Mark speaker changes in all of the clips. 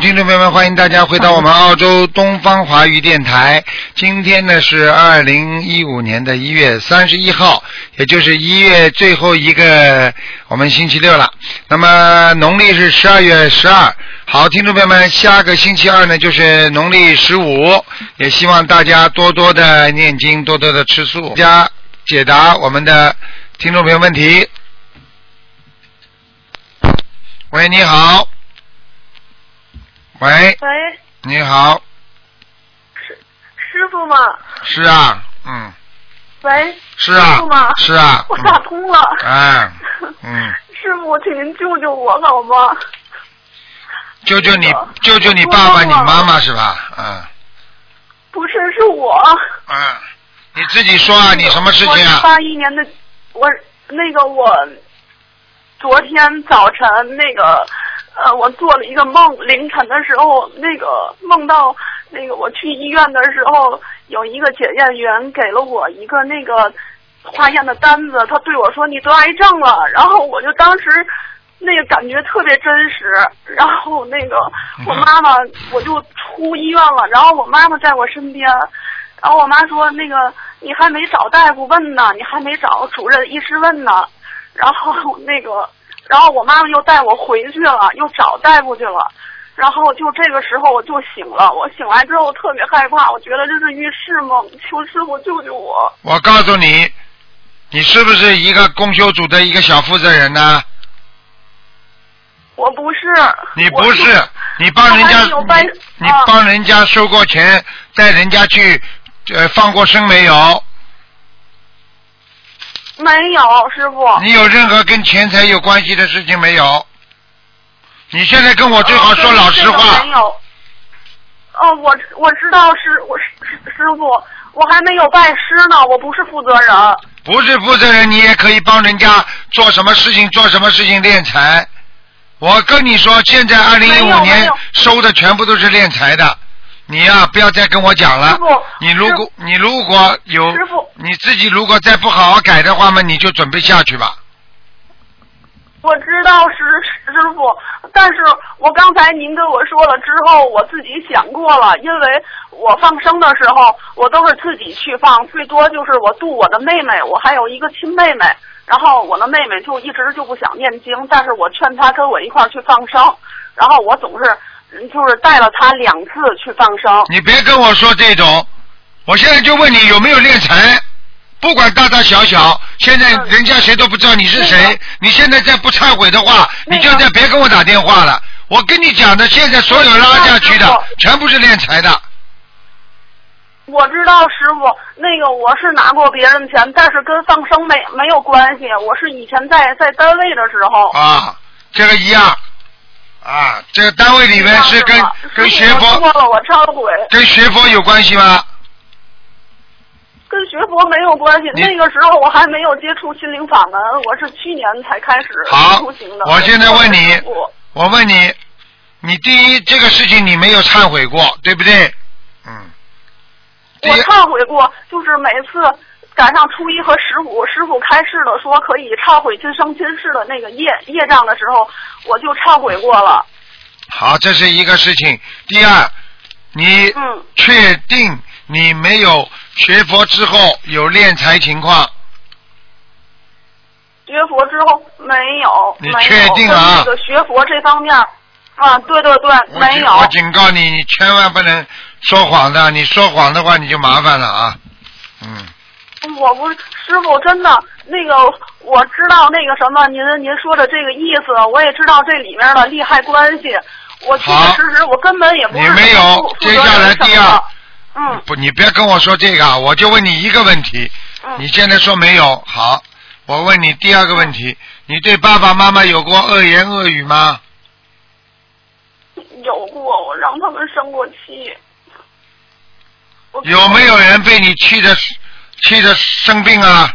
Speaker 1: 听众朋友们，欢迎大家回到我们澳洲东方华语电台。今天呢是二零一五年的一月三十一号，也就是一月最后一个我们星期六了。那么农历是十二月十二。好，听众朋友们，下个星期二呢就是农历十五，也希望大家多多的念经，多多的吃素，大家解答我们的听众朋友问题。喂，你好。喂，
Speaker 2: 喂，
Speaker 1: 你好，
Speaker 2: 师傅吗？
Speaker 1: 是啊，嗯，
Speaker 2: 喂，
Speaker 1: 是啊
Speaker 2: 师傅吗，
Speaker 1: 是啊，
Speaker 2: 我打通了。
Speaker 1: 嗯，哎，嗯，
Speaker 2: 师傅，请您救救我好吗？
Speaker 1: 救救你
Speaker 2: 那个，
Speaker 1: 救救你
Speaker 2: 我
Speaker 1: 爸爸，
Speaker 2: 帮
Speaker 1: 你
Speaker 2: 我
Speaker 1: 妈妈是吧？嗯
Speaker 2: 不是，是我。
Speaker 1: 嗯，你自己说啊，你什么事情
Speaker 2: 我
Speaker 1: 啊？
Speaker 2: 八一年的，我那个我昨天早晨那个呃，我做了一个梦，凌晨的时候那个呃梦到那个我去医院的时候，有一个检验员给了我一个那个化验的单子，他对我说你得癌症了，然后我就当时。那个感觉特别真实，然后那个
Speaker 1: 嗯
Speaker 2: 我妈妈，我就出医院了，然后我妈妈在我身边，然后我妈说那个你还没找大夫问呢，你还没找主任医师问呢。然后那个，然后我妈妈又带我回去了，又找大夫去了。然后就这个时候我就醒了，我醒来之后特别害怕，我觉得这是预示梦，求师傅救救我。
Speaker 1: 我告诉你，你是不是一个公修组的一个小负责人呢？
Speaker 2: 我不是，
Speaker 1: 你
Speaker 2: 我
Speaker 1: 不是，你帮人
Speaker 2: 我
Speaker 1: 家，
Speaker 2: 还有班
Speaker 1: 你你
Speaker 2: 啊
Speaker 1: 帮人家收过钱，带人家去呃放过生没有？
Speaker 2: 没有师傅，
Speaker 1: 你有任何跟钱财有关系的事情没有？你现在跟我最好说老实
Speaker 2: 这个
Speaker 1: 话
Speaker 2: 没。有。哦，我我知道师我师师傅，我还没有拜师呢，我不是负责人。
Speaker 1: 不是负责人，你也可以帮人家做什么事情，做什么事情敛财。我跟你说，现在二零一
Speaker 2: 没
Speaker 1: 五
Speaker 2: 有没
Speaker 1: 年
Speaker 2: 有
Speaker 1: 收的全部都是敛财的，你呀、不要再跟我讲了
Speaker 2: 师傅。
Speaker 1: 你如果你如果有
Speaker 2: 师傅
Speaker 1: 你自己如果再不好好改的话嘛，你就准备下去吧。
Speaker 2: 我知道师师傅，但是我刚才您跟我说了之后，我自己想过了，因为我放生的时候，我都是自己去放，最多就是我度我的妹妹，我还有一个亲妹妹，然后我的妹妹就一直就不想念经，但是我劝她跟我一块儿去放生，然后我总是嗯就是带了她两次去放生，
Speaker 1: 你别跟我说这种，我现在就问你有没有敛财，不管大大小小，现在
Speaker 2: 嗯
Speaker 1: 人家谁都不知道你是
Speaker 2: 那
Speaker 1: 谁
Speaker 2: 个。
Speaker 1: 你现在再不忏悔的话，
Speaker 2: 那
Speaker 1: 你
Speaker 2: 个
Speaker 1: 就再别跟我打电话了。我跟你讲的，现在所有拉下去
Speaker 2: 那师
Speaker 1: 的
Speaker 2: 傅
Speaker 1: 全部是敛财的。
Speaker 2: 我知道师傅，那个我是拿过别人钱，但是跟放生没没有关系，我是以前在在单位的时候。
Speaker 1: 啊，这个一样啊，这个单位里面是跟跟学
Speaker 2: 我错
Speaker 1: 佛
Speaker 2: 了，我忏悔，
Speaker 1: 跟学佛有关系吗？
Speaker 2: 跟学佛没有关系。
Speaker 1: 你
Speaker 2: 那个时候我还没有接触心灵法门，我是去年才开始
Speaker 1: 好
Speaker 2: 修行的。
Speaker 1: 我现在问你
Speaker 2: 我
Speaker 1: 我问你，你第一这个事情你没有忏悔过，对不对？嗯。第
Speaker 2: 我
Speaker 1: 一
Speaker 2: 忏悔过，就是每次赶上初一和十五，师傅开示了说可以忏悔今生今世的那个业业障的时候，我就忏悔过了。
Speaker 1: 好，这是一个事情。第二，你
Speaker 2: 嗯
Speaker 1: 确定你没有学佛之后有敛财情况？
Speaker 2: 学佛之后没有，
Speaker 1: 你
Speaker 2: 没有
Speaker 1: 确定啊
Speaker 2: 跟那个学佛这方面，啊，对对对，
Speaker 1: 我
Speaker 2: 没
Speaker 1: 警
Speaker 2: 有。
Speaker 1: 我警告你，你千万不能说谎的。你说谎的话，你就麻烦了啊。嗯，
Speaker 2: 我不是师傅，真的那个我知道那个什么，您您说的这个意思，我也知道这里面的利害关系。我确
Speaker 1: 好
Speaker 2: 确实实，我根本也不是
Speaker 1: 你没有
Speaker 2: 负负责
Speaker 1: 接下来
Speaker 2: 人什么
Speaker 1: 第二
Speaker 2: 的嗯
Speaker 1: 不，你别跟我说这个啊，我就问你一个问题。你
Speaker 2: 嗯，
Speaker 1: 现在说没有，好，我问你第二个问题，
Speaker 2: 嗯
Speaker 1: 你对爸爸妈妈有过恶言恶语吗？
Speaker 2: 有过，我让他们生过气。我
Speaker 1: 有没有人被你气的气的生病啊？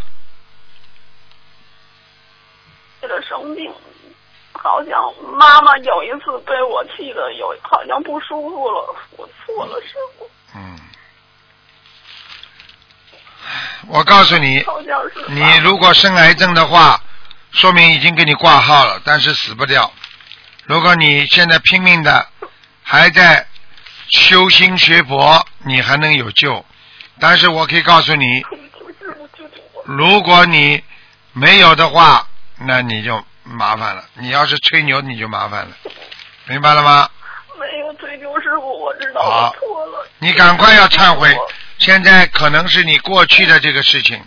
Speaker 2: 气的生病？好像妈妈有一次被我气的有，好像不舒服了，我错了，师傅，
Speaker 1: 嗯，我告诉你，
Speaker 2: 好像是妈
Speaker 1: 你如果生癌症的话，说明已经给你挂号了，但是死不掉。如果你现在拼命的还在修心学佛，你还能有救。但是我可以告诉你，如果你没有的话，那你就麻烦了。你要是吹牛，你就麻烦了，明白了吗？
Speaker 2: 没有追究师傅，我知道我错了。
Speaker 1: 你赶快要忏悔，现在可能是你过去的这个事情，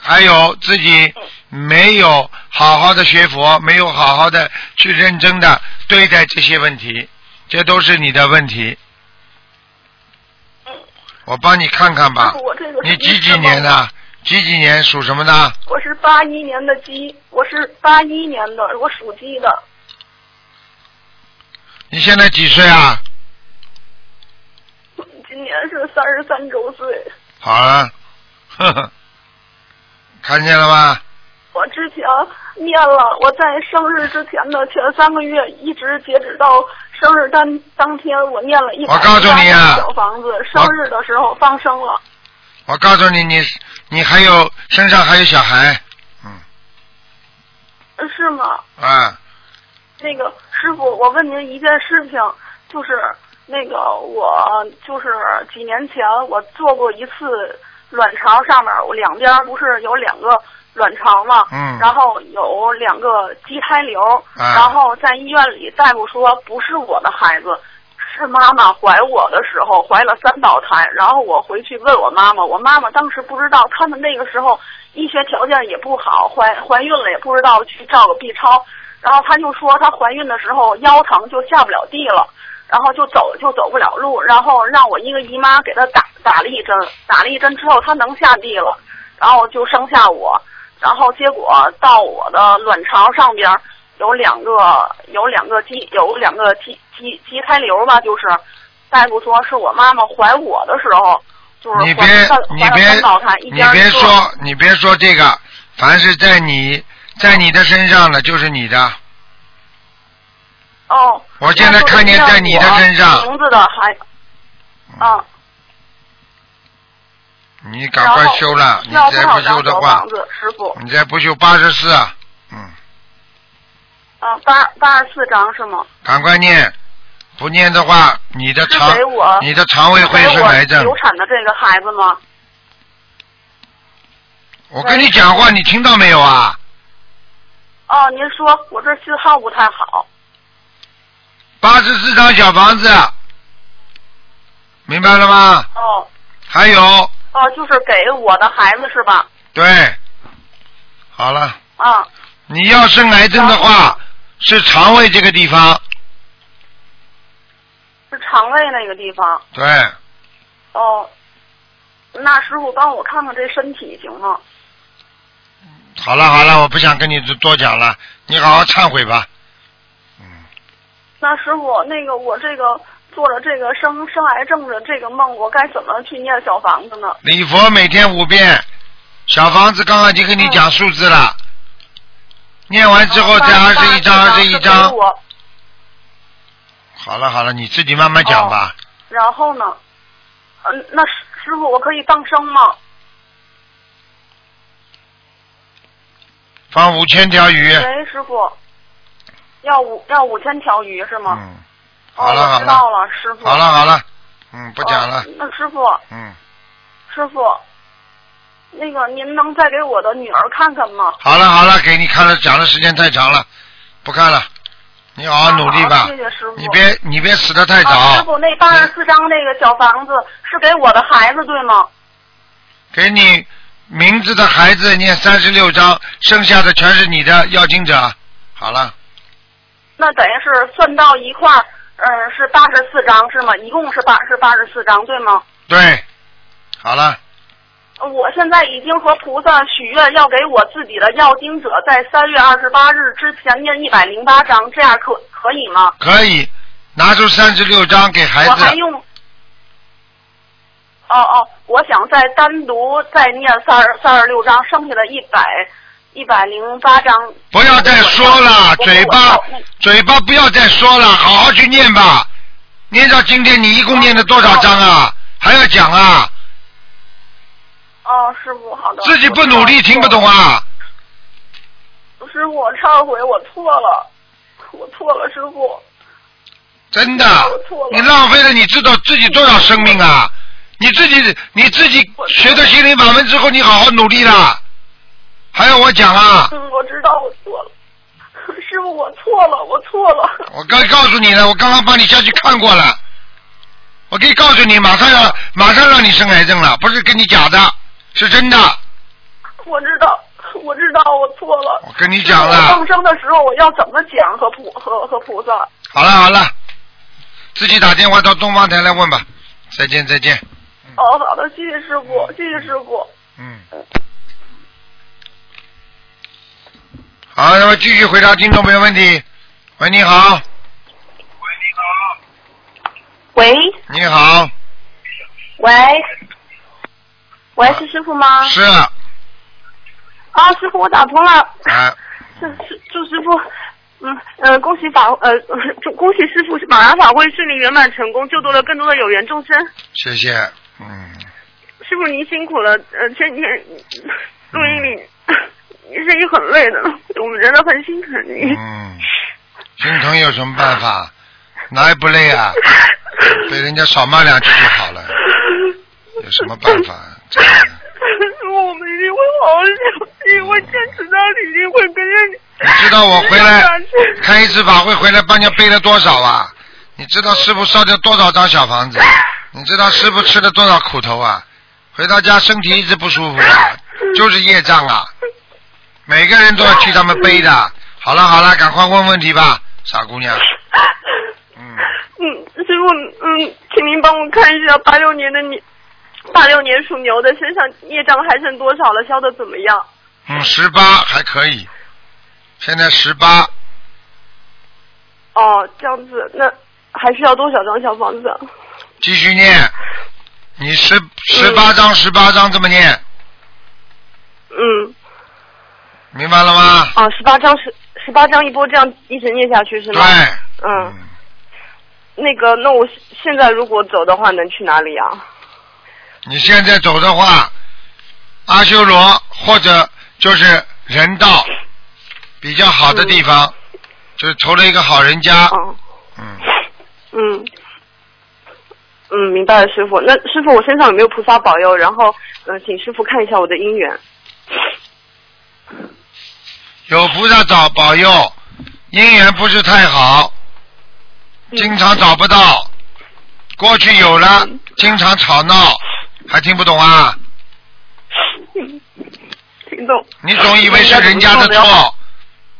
Speaker 1: 还有自己没有好好的学佛，没有好好的去认真的对待这些问题，这都是你的问题。我帮你看看吧。
Speaker 2: 我这个
Speaker 1: 你几几年的、几几年属什么的？
Speaker 2: 我是八一年的鸡，我是八一年的，我属鸡的。
Speaker 1: 你现在几岁啊？
Speaker 2: 今年是三十三周岁。
Speaker 1: 好了， 呵呵，看见了吗？
Speaker 2: 我之前念了，我在生日之前的前三个月，一直截止到生日当当天，我念了一百
Speaker 1: 我告诉你啊
Speaker 2: 小房子，生日的时候放生了。
Speaker 1: 我告诉你，你你还有身上还有小孩，嗯
Speaker 2: 是吗？
Speaker 1: 啊，
Speaker 2: 那个师傅，我问您一件事情，就是那个我就是几年前我做过一次卵巢上面，我两边不是有两个卵巢嘛，
Speaker 1: 嗯
Speaker 2: 然后有两个畸胎瘤，
Speaker 1: 啊
Speaker 2: 然后在医院里大夫说不是我的孩子。是妈妈怀我的时候怀了三胞胎，然后我回去问我妈妈，我妈妈当时不知道，他们那个时候医学条件也不好，怀怀孕了也不知道去照个 B 超，然后她就说她怀孕的时候腰疼就下不了地了，然后就走就走不了路，然后让我一个姨妈给她打打了一针，打了一针之后她能下地了，然后就生下我，然后结果到我的卵巢上边儿有两个有两个畸有两个畸畸畸胎瘤吧，就是大夫说是我妈妈怀我的时候。就是
Speaker 1: 你
Speaker 2: 怀
Speaker 1: 别
Speaker 2: 了三
Speaker 1: 你
Speaker 2: 怀了
Speaker 1: 别
Speaker 2: 三胞胎一
Speaker 1: 你
Speaker 2: 边儿
Speaker 1: 别
Speaker 2: 做
Speaker 1: 说你别说这个，凡是在你在你的身上的就是你的，
Speaker 2: 哦，
Speaker 1: 我现在看见在你的身上
Speaker 2: 名字的还，嗯，
Speaker 1: 你赶快修了，你
Speaker 2: 然后
Speaker 1: 再不修的
Speaker 2: 要多少张小
Speaker 1: 话
Speaker 2: 房，子，师傅，
Speaker 1: 你再不修八十四，嗯，
Speaker 2: 嗯，八八十四张是吗？
Speaker 1: 赶快念，不念的话，你的
Speaker 2: 是
Speaker 1: 肠
Speaker 2: 给我
Speaker 1: 你的肠胃会生癌症
Speaker 2: 给我。流产的这个孩子吗？
Speaker 1: 我跟你讲话，你听到没有啊？
Speaker 2: 哦，您说我这信号不太好。
Speaker 1: 八十四张小房子，明白了吗？
Speaker 2: 哦
Speaker 1: 还有，
Speaker 2: 哦，就是给我的孩子是吧？
Speaker 1: 对，好了，
Speaker 2: 啊、
Speaker 1: 你要生癌症的
Speaker 2: 然
Speaker 1: 话，是肠胃这个地方，
Speaker 2: 是肠胃那个地方。
Speaker 1: 对，
Speaker 2: 哦，那师傅帮我看看这身体行吗？
Speaker 1: 好了好了，我不想跟你多讲了，你好好忏悔吧。
Speaker 2: 那师傅，那个我这个做了这个生生癌症的这个梦，我该怎么去念小房子呢？
Speaker 1: 礼佛每天五遍，小房子刚刚已经跟你讲数字了，念完之
Speaker 2: 嗯
Speaker 1: 后再二十一张，
Speaker 2: 八
Speaker 1: 二
Speaker 2: 八
Speaker 1: 十
Speaker 2: 十
Speaker 1: 一
Speaker 2: 张
Speaker 1: 张
Speaker 2: 给。我
Speaker 1: 好了好了，你自己慢慢讲吧。
Speaker 2: 哦然后呢？嗯，那师师傅，我可以放生吗？
Speaker 1: 放五千条鱼。
Speaker 2: 喂，师傅，要五要五千条鱼是吗？
Speaker 1: 嗯，好了
Speaker 2: 哦，我
Speaker 1: 好
Speaker 2: 知
Speaker 1: 了，
Speaker 2: 道了，师傅。
Speaker 1: 好了好了，嗯，不讲了
Speaker 2: 哦，那师傅，
Speaker 1: 嗯，
Speaker 2: 师傅，那个您能再给我的女儿看看吗？
Speaker 1: 好了好了，给你看了，讲的时间太长了，不看了，你好好努力吧，
Speaker 2: 谢谢师傅。
Speaker 1: 你别你别死的太早，
Speaker 2: 啊，师傅，那八十四张那个小房子是给我的孩子对吗？
Speaker 1: 给你名字的孩子念三十六章，剩下的全是你的要经者，好了，
Speaker 2: 那等于是算到一块儿，嗯，是八十四张是吗？一共是八是八十四张对吗？
Speaker 1: 对，好了，
Speaker 2: 我现在已经和菩萨许愿，要给我自己的要经者在三月二十八日之前念一百零八章，这样可可以吗？
Speaker 1: 可以拿出三十六章给孩
Speaker 2: 我还
Speaker 1: 子，
Speaker 2: 用。哦哦，我想再单独再念三十三十六章，剩下的一百一百零八章。
Speaker 1: 不要再说了，
Speaker 2: 我
Speaker 1: 嘴巴
Speaker 2: 我我
Speaker 1: 嘴巴不要再说了，好好去念吧，念到今天你一共念了多少章啊？还要讲啊？
Speaker 2: 哦，师傅，好的。
Speaker 1: 自己不努力听不懂啊！
Speaker 2: 师傅，我忏悔，我错了，我错了，师傅。
Speaker 1: 真的
Speaker 2: 我错，了
Speaker 1: 你浪费了你知道自己多少生命啊！你自己你自己
Speaker 2: 我
Speaker 1: 学的心灵法门之后，你好好努力啦，还要我讲啊？
Speaker 2: 嗯，我知道我错了，师傅，我错了，我错了。
Speaker 1: 我刚告诉你了，我刚刚帮你下去看过了，我可以告诉你，马上要马上让你生癌症了，不是跟你假的，是真的。
Speaker 2: 我知道，我知道我错了。
Speaker 1: 我哦跟你讲啊了
Speaker 2: 我放生的时候我要怎么讲和菩和和菩萨？
Speaker 1: 好了好了，自己打电话到东方台来问吧。再见再见，
Speaker 2: 哦，好的，谢谢师傅，谢谢师傅。
Speaker 1: 嗯。好，那么继续回答听众朋友问题。喂，你好，
Speaker 3: 喂
Speaker 1: 你好，
Speaker 3: 喂喂，是师傅吗？
Speaker 1: 是
Speaker 3: 啊，师傅，我打通了。
Speaker 1: 啊，
Speaker 3: 是是，祝师傅，嗯呃，恭喜法 呃，祝恭喜师傅马拉法会顺利圆满成功，救度了更多的有缘众生。
Speaker 1: 谢谢，嗯，
Speaker 3: 师傅您辛苦了，呃，前几天录音里。声音很累的，我们真的很心疼你。
Speaker 1: 嗯，心疼有什么办法？哪也不累啊，被人家少骂两句就好了，有什么办法？真的
Speaker 3: 师傅，我们一定会好好休息，会坚持到底，一定会跟着
Speaker 1: 你
Speaker 3: 你。
Speaker 1: 知道我回来
Speaker 3: 一定会下去
Speaker 1: 开一次法会回来，帮人家背了多少啊？你知道师傅烧掉多少张小房子？你知道师傅吃了多少苦头啊？回到家身体一直不舒服啊，就是业障啊！每个人都要替他们背的。好了好了，赶快问问题吧，傻姑娘。嗯，
Speaker 3: 嗯，师傅，嗯，请您帮我看一下八六年的你，八六年属牛的身上业障还剩多少了，消的怎么样？
Speaker 1: 嗯，十八还可以，现在十八，
Speaker 3: 哦，这样子，那还需要多少张小房子？啊
Speaker 1: 继续念。你十十八章十八章这么念，
Speaker 3: 嗯，
Speaker 1: 明白了吗？
Speaker 3: 哦，十八张十十八张一波，这样一直念下去是
Speaker 1: 对
Speaker 3: 吗？。嗯，
Speaker 1: 嗯
Speaker 3: 那个，那我现在如果走的话，能去哪里啊？
Speaker 1: 你现在走的话，阿修罗或者就是人道比较好的地方，就是投了一个好人家，
Speaker 3: 哦，
Speaker 1: 嗯，
Speaker 3: 嗯。嗯，明白了，师傅。那师傅，我身上有没有菩萨保佑？然后，嗯、请师傅看一下我的姻缘。
Speaker 1: 有菩萨找保佑，姻缘不是太好，
Speaker 3: 嗯
Speaker 1: 经常找不到，过去有了，
Speaker 3: 嗯
Speaker 1: 经常吵闹，还听不懂啊？
Speaker 3: 听懂。
Speaker 1: 你总以为是人家的 错，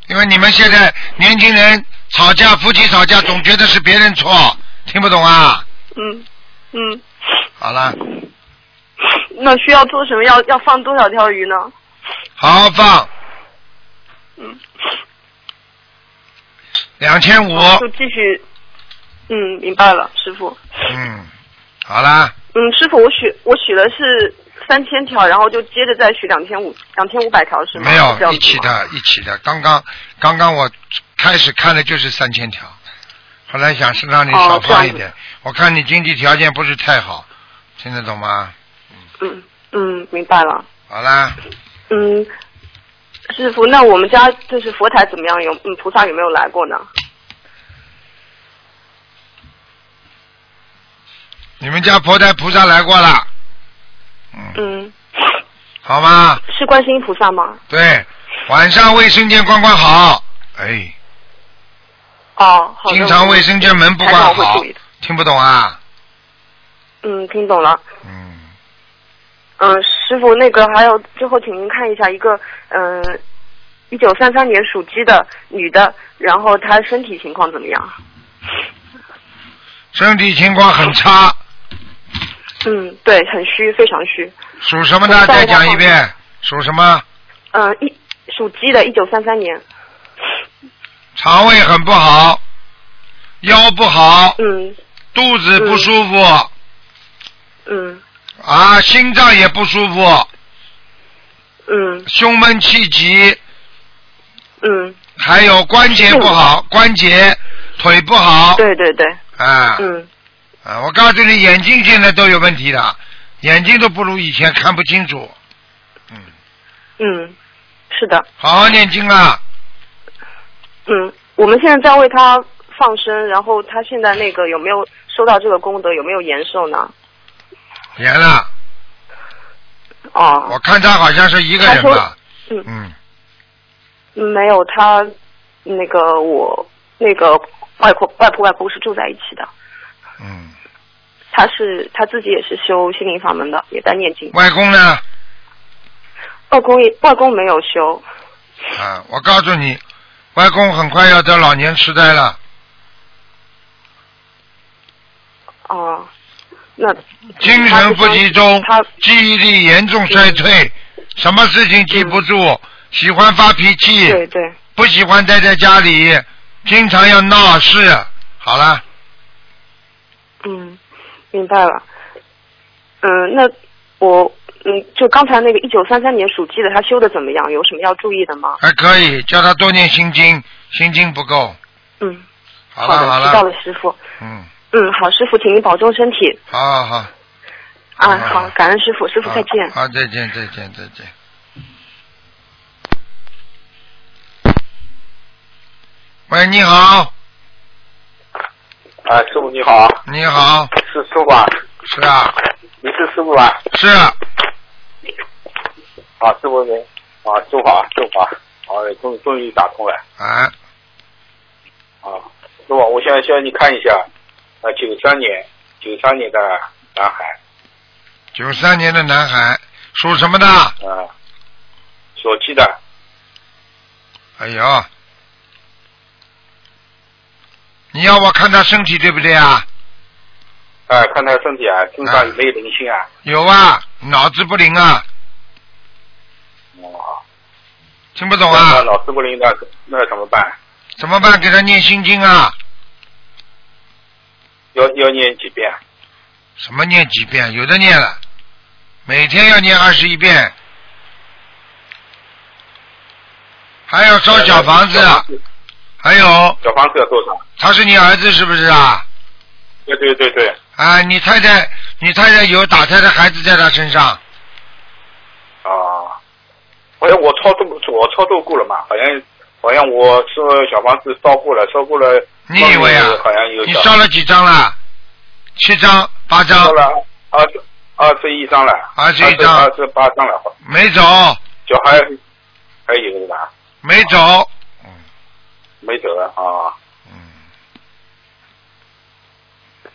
Speaker 1: 因为你们现在年轻人吵架，夫妻吵架总觉得是别人错，听不懂啊？
Speaker 3: 嗯嗯，
Speaker 1: 好了。
Speaker 3: 那需要做什么？要要放多少条鱼呢？
Speaker 1: 好好放。
Speaker 3: 嗯。
Speaker 1: 两千五。
Speaker 3: 就继续。嗯，明白了，师傅。
Speaker 1: 嗯，好啦，
Speaker 3: 嗯，师傅，我许我许的是三千条，然后就接着再许两千五两千五百条是吗？
Speaker 1: 没
Speaker 3: 啊是这
Speaker 1: 有
Speaker 3: 样子吗
Speaker 1: 一起。的，一起的。刚刚刚刚我开始看的就是三千条，后来想是让你
Speaker 3: 哦
Speaker 1: 少
Speaker 3: 这样
Speaker 1: 放一
Speaker 3: 子
Speaker 1: 点。我看你经济条件不是太好，听得懂吗？
Speaker 3: 嗯嗯，明白了。
Speaker 1: 好啦，
Speaker 3: 嗯，师傅，那我们家就是佛台怎么样？有嗯，菩萨有没有来过呢？
Speaker 1: 你们家佛台菩萨来过了，嗯，
Speaker 3: 嗯，
Speaker 1: 好吗？
Speaker 3: 是观世音菩萨吗？
Speaker 1: 对，晚上卫生间关关好，哎，
Speaker 3: 哦，好的。
Speaker 1: 经常卫生间门不
Speaker 3: 台长
Speaker 1: 关
Speaker 3: 我会
Speaker 1: 好
Speaker 3: 注意的，
Speaker 1: 听不懂啊？
Speaker 3: 嗯，听懂了。
Speaker 1: 嗯。
Speaker 3: 嗯，师傅，那个还有最后，请您看一下一个，嗯、1一九三三年属鸡的女的，然后她身体情况怎么样？
Speaker 1: 身体情况很差，
Speaker 3: 嗯，对，很虚，非常虚。
Speaker 1: 属什么呢？再讲一遍，属什么？
Speaker 3: 嗯、一属鸡的，一九三三年。
Speaker 1: 肠胃很不好，腰不好，
Speaker 3: 嗯
Speaker 1: 肚子不舒服、
Speaker 3: 嗯
Speaker 1: 啊，心脏也不舒服，
Speaker 3: 嗯
Speaker 1: 胸闷气急，
Speaker 3: 嗯，
Speaker 1: 还有关节不好，关节腿不好，
Speaker 3: 对对对，
Speaker 1: 啊、
Speaker 3: 嗯
Speaker 1: 啊，我告诉你，眼睛现在都有问题了，眼睛都不如以前看不清楚，嗯，
Speaker 3: 嗯，是的，
Speaker 1: 好好念经啊，
Speaker 3: 嗯，我们现在在为她
Speaker 4: 放生，然后他现在那个有没有收到这个功德，有没有延寿呢？
Speaker 1: 严了，
Speaker 4: 哦
Speaker 1: 我，看他好像是一个人吧。
Speaker 4: 啊他说
Speaker 1: 嗯，
Speaker 4: 没有，他那个我那个外婆外婆外公是住在一起的，
Speaker 1: 嗯，
Speaker 4: 他是他自己也是修心灵法门的，也在念经。
Speaker 1: 外公呢？
Speaker 4: 外公也外公没有修，
Speaker 1: 啊，我告诉你，外公很快要得老年痴呆了。
Speaker 4: 哦，那
Speaker 1: 精神不集中
Speaker 4: 他，嗯
Speaker 1: 记忆力严重衰退，什么事情记不住，喜欢发脾
Speaker 4: 对
Speaker 1: 气，
Speaker 4: 嗯对，
Speaker 1: 不喜欢待在家里，经常要闹事。好了，
Speaker 4: 嗯，明白了。嗯，那我嗯，就刚才那个一九三三年属鸡的，他修的怎么样？有什么要注意的吗？
Speaker 1: 还可以叫他多念心经，心经不够。
Speaker 4: 嗯，
Speaker 1: 好
Speaker 4: 的，
Speaker 1: 了好
Speaker 4: 知道
Speaker 1: 了，
Speaker 4: 了，师傅。
Speaker 1: 嗯，
Speaker 4: 嗯，好，师傅，请您保重身体。
Speaker 1: 好好好，
Speaker 4: 啊，
Speaker 1: 嗯
Speaker 4: 好，感恩师傅，师傅再见。
Speaker 1: 好，好再见再见再见。喂，你好，
Speaker 5: 啊，师傅你好，
Speaker 1: 你好，
Speaker 5: 是师傅啊，
Speaker 1: 是啊，
Speaker 5: 你是师傅吧？
Speaker 1: 是啊，
Speaker 5: 啊，师傅您，啊，师傅好，师傅好，啊，终终于打通了
Speaker 1: 啊，
Speaker 5: 啊，师傅，我想想你看一下，啊，九三年，九三年的男孩，
Speaker 1: 九三年的男孩，属什么的？
Speaker 5: 啊，手机的，
Speaker 1: 哎呦，你要我看他身体对不对啊？
Speaker 5: 啊，看他身体啊，身上有没有灵性啊？
Speaker 1: 有啊，脑子不灵啊，
Speaker 5: 哦，
Speaker 1: 听不懂
Speaker 5: 那
Speaker 1: 啊？
Speaker 5: 老师不灵，那那怎么办？
Speaker 1: 怎么办？给他念心经啊？
Speaker 5: 要要念几遍？啊
Speaker 1: 什么念几遍？有的念了，每天要念二十一遍，还要烧小房子，啊
Speaker 5: 小房子
Speaker 1: 还有
Speaker 5: 小房子要多少？
Speaker 1: 他是你儿子是不是啊？
Speaker 5: 对对对对，
Speaker 1: 啊，你太太，你太太有打胎的孩子在他身上，
Speaker 5: 啊，好像我超度我超度过了嘛，好像好像我说小房子烧过了，烧过了。
Speaker 1: 你以为啊
Speaker 5: 好像有
Speaker 1: 你
Speaker 5: 小
Speaker 1: 烧了几张了？七张、八张
Speaker 5: 烧，了二十二十一张了，
Speaker 1: 二十一张
Speaker 5: 二十八张了，
Speaker 1: 没走，
Speaker 5: 就还还有一个吧，
Speaker 1: 没走。
Speaker 5: 没走了啊。
Speaker 1: 嗯，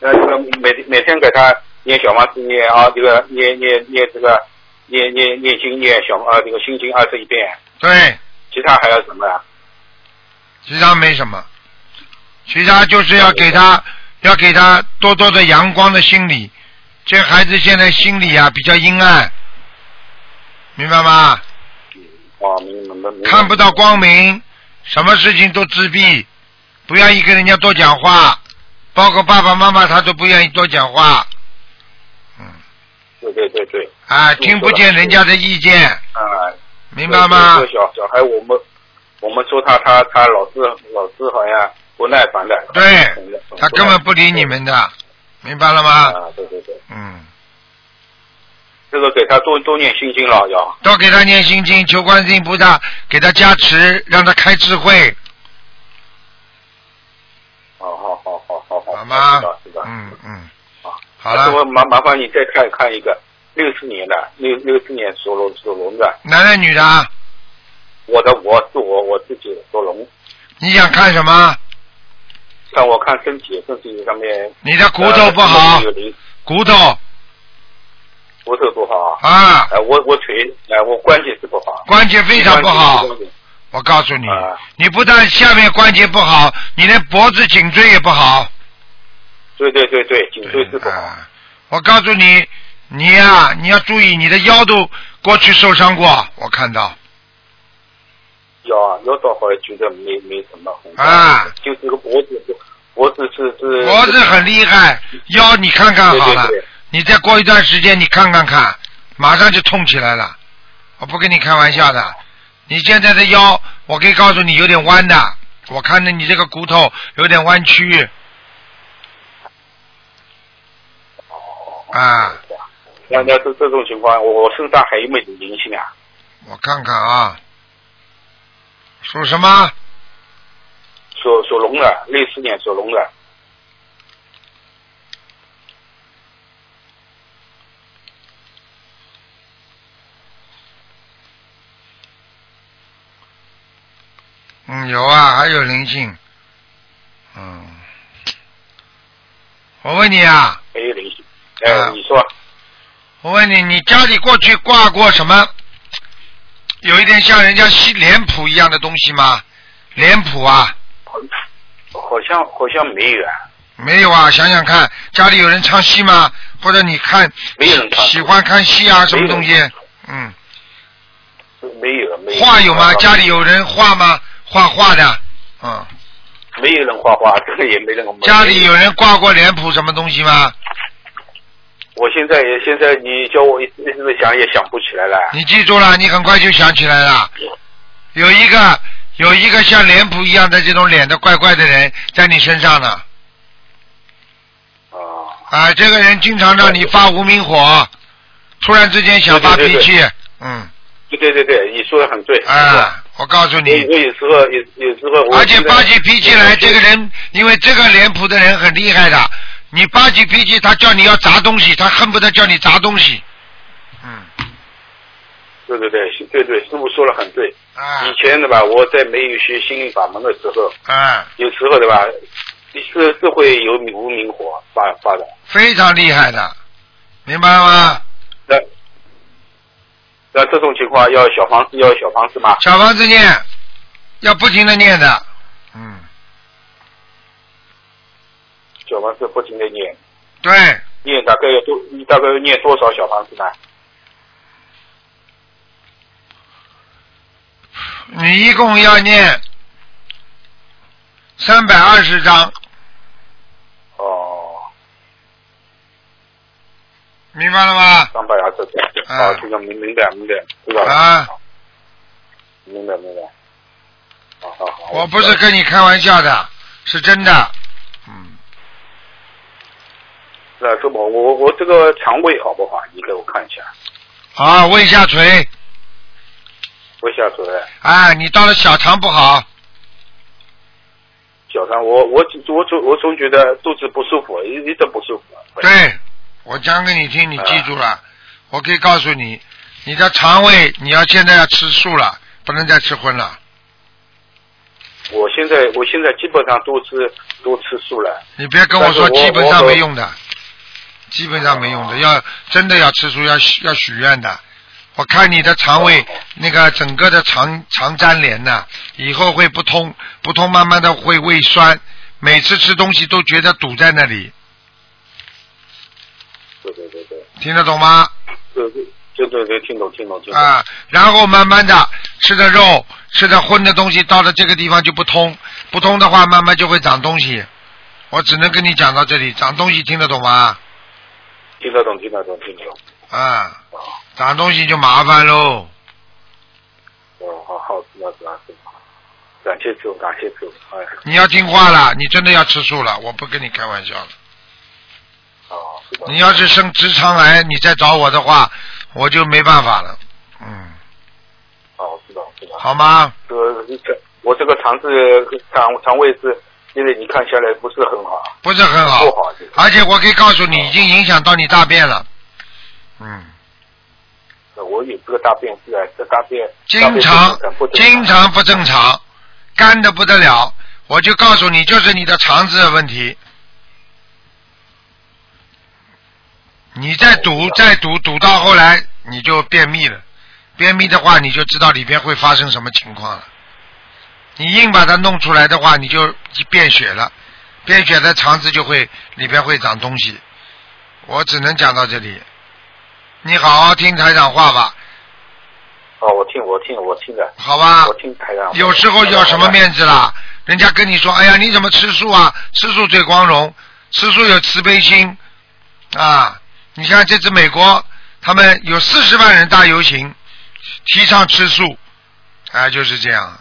Speaker 5: 那这个每每天给他念小房子念啊，这个念念念这个念念念经念小啊这个心经二十一遍，
Speaker 1: 对，
Speaker 5: 其他还要什么啊？
Speaker 1: 其他没什么，其他就是要给他要给他多多的阳光的心理。这孩子现在心里啊比较阴暗，明白吗？
Speaker 5: 哦，明白明白。
Speaker 1: 看不到光明，什么事情都自闭，不愿意跟人家多讲话，包括爸爸妈妈他都不愿意多讲话。嗯，
Speaker 5: 对对对对，
Speaker 1: 啊，听不见人家的意见，
Speaker 5: 啊、
Speaker 1: 明白吗
Speaker 5: 这？个小小孩，我们我们说他，他他老是老是好像不耐烦的。
Speaker 1: 对，他根本不理你们的，明白了
Speaker 5: 啊
Speaker 1: 吗？！
Speaker 5: 对对对，
Speaker 1: 嗯，
Speaker 5: 这个给他多多念心经了，要
Speaker 1: 多给他念心经，求观世音菩萨给他加持，让他开智慧，
Speaker 5: 好好好好好好，
Speaker 1: 好吗
Speaker 5: 知道知道？
Speaker 1: 嗯嗯
Speaker 5: 好，
Speaker 1: 好
Speaker 5: 啊这
Speaker 1: 了
Speaker 5: 我，麻麻烦你再看看一个六四年的六六四年属龙属龙的，
Speaker 1: 男的女的啊，
Speaker 5: 我的我是我我自己属龙，
Speaker 1: 你想看什么？
Speaker 5: 看我看身体身体上面
Speaker 1: 你的骨头不好
Speaker 5: 呃有，灵
Speaker 1: 骨头
Speaker 5: 骨头不好啊，
Speaker 1: 啊，
Speaker 5: 哎我我腿哎我关节是不好，
Speaker 1: 关节非常不好
Speaker 5: 关节。关节
Speaker 1: 我告诉你
Speaker 5: 啊，
Speaker 1: 你不但下面关节不好，你连脖子、颈椎也不好。
Speaker 5: 对对对对，颈椎是不好。
Speaker 1: 啊，我告诉你，你呀、你要注意，你的腰都过去受伤过，我看到。
Speaker 5: 腰啊，腰倒好像觉得没没什么红斑
Speaker 1: 啊，
Speaker 5: 就是这个脖子是脖子是是
Speaker 1: 脖子很厉害，腰你看看好了
Speaker 5: 对对对，
Speaker 1: 你再过一段时间你看看看，马上就痛起来了。我不跟你开玩笑的，你现在的腰，我可以告诉你有点弯的，我看着你这个骨头有点弯曲。啊，
Speaker 5: 那那这这种情况，我我身上还有没有灵性啊？
Speaker 1: 我看看啊，属什么？
Speaker 5: 属属龙的，六四年属龙的，
Speaker 1: 嗯，有啊，还有灵性。嗯，我问你啊，
Speaker 5: 没有灵性。哎、
Speaker 1: 啊
Speaker 5: 你说
Speaker 1: 我问你，你家里过去挂过什么？有一点像人家西脸谱一样的东西吗？脸谱啊，
Speaker 5: 好像好像没有啊，
Speaker 1: 没有啊，想想看，家里有人唱戏吗？或者你看
Speaker 5: 没有人唱
Speaker 1: 喜欢看戏啊，什么东
Speaker 5: 没
Speaker 1: 西？嗯，
Speaker 5: 没有没有。
Speaker 1: 画有吗？家里有人画吗？画画的，嗯，
Speaker 5: 没有人画画，这个也没人。
Speaker 1: 家里有人挂过脸谱什么东西吗？
Speaker 5: 我现在也现在你叫我一直一直想也想不起来了。
Speaker 1: 你记住了，你很快就想起来了。有一个有一个像脸谱一样的这种脸的怪怪的人在你身上呢，
Speaker 5: 啊，
Speaker 1: 啊，这个人经常让你发无名火，突然之间想发
Speaker 5: 对
Speaker 1: 脾
Speaker 5: 对对
Speaker 1: 气，嗯，
Speaker 5: 对对对对，你说的很对。
Speaker 1: 啊，我告诉
Speaker 5: 你
Speaker 1: 你，
Speaker 5: 说有时候有有时候我
Speaker 1: 而且
Speaker 5: 现在
Speaker 1: 发起脾气来，这个人因为这个脸谱的人很厉害的，你发起脾气，他叫你要砸东西，他恨不得叫你砸东西，嗯，
Speaker 5: 对对对对对，师傅说的很对。
Speaker 1: 啊
Speaker 5: 以前的吧，我在没有学心灵法门的时候，
Speaker 1: 啊，
Speaker 5: 有时候的吧，是是会有无名火发发的。
Speaker 1: 非常厉害的，明白吗？
Speaker 5: 那那这种情况要小房子要小房子吗？
Speaker 1: 小房子念，要不停的念的。嗯，
Speaker 5: 小房子不停的念，
Speaker 1: 对，
Speaker 5: 念大概要多，你大概要念多少小房子呢？
Speaker 1: 你一共要念三百二十章，
Speaker 5: 哦，
Speaker 1: 明白了吗？
Speaker 5: 三百二十张。
Speaker 1: 啊
Speaker 5: 啊，这个明明白明白，知道了。
Speaker 1: 啊，
Speaker 5: 明白明白。好好好。
Speaker 1: 我不是跟你开玩笑的，是真的。嗯，
Speaker 5: 那这么我我我这个肠胃好不好？你给我看一下。
Speaker 1: 好，胃下垂，
Speaker 5: 我下主任，
Speaker 1: 哎，你到了小肠不好，
Speaker 5: 小肠我我我总我总觉得肚子不舒服，一一直不舒服。
Speaker 1: 对，我讲给你听，你记住了。我可以告诉你，你的肠胃你要现在要吃素了，不能再吃荤了。
Speaker 5: 我现在我现在基本上都吃都吃素了。
Speaker 1: 你别跟我说
Speaker 5: 但是我
Speaker 1: 基本上没用的，基本上没用的，
Speaker 5: 哦
Speaker 1: 要真的要吃素，要许要许愿的。我看你的肠胃、
Speaker 5: 哦
Speaker 1: 那个整个的肠肠粘连呐、以后会不通，不通慢慢的会胃酸，每次吃东西都觉得堵在那里，
Speaker 5: 对对对对，
Speaker 1: 听得懂吗？
Speaker 5: 对对对对对，听懂听懂听懂。
Speaker 1: 啊，然后慢慢的吃的肉、吃的荤的东西到了这个地方就不通，不通的话慢慢就会长东西。我只能跟你讲到这里，长东西听得懂吗？
Speaker 5: 听得懂听得懂听得懂。
Speaker 1: 啊，
Speaker 5: 哦
Speaker 1: 长东西就麻烦喽。
Speaker 5: 哦，好好，知道知道知道。感谢师傅，感谢师傅。哎，
Speaker 1: 你要听话了，你真的要吃素了，我不跟你开玩笑了。
Speaker 5: 哦，知道
Speaker 1: 你要是生直肠癌，你再找我的话，我就没办法了。嗯，
Speaker 5: 哦，知道知道。
Speaker 1: 好吗？
Speaker 5: 这个这我这个肠子肠肠胃是，现在你看下来不是很好，
Speaker 1: 不是很好
Speaker 5: 不，好这个。
Speaker 1: 而且我可以告诉你，已经影响到你大便了。嗯，
Speaker 5: 我有这个大便是啊，这大便
Speaker 1: 经常经常不正常，干的不得了。我就告诉你，就是你的肠子的问题。你再堵再堵堵到后来，你就便秘了。便秘的话，你就知道里边会发生什么情况了。你硬把它弄出来的话，你就便血了，便血的肠子就会里边会长东西。我只能讲到这里，你好好听台长话吧，
Speaker 5: 哦，我听我听我听的，
Speaker 1: 好吧？
Speaker 5: 我听台长。
Speaker 1: 有时候要什么面子啦？人家跟你说，
Speaker 5: 嗯
Speaker 1: 哎呀，你怎么吃素啊？吃素最光荣，吃素有慈悲心啊！你看这次美国，他们有四十万人大游行，提倡吃素，啊，就是这样，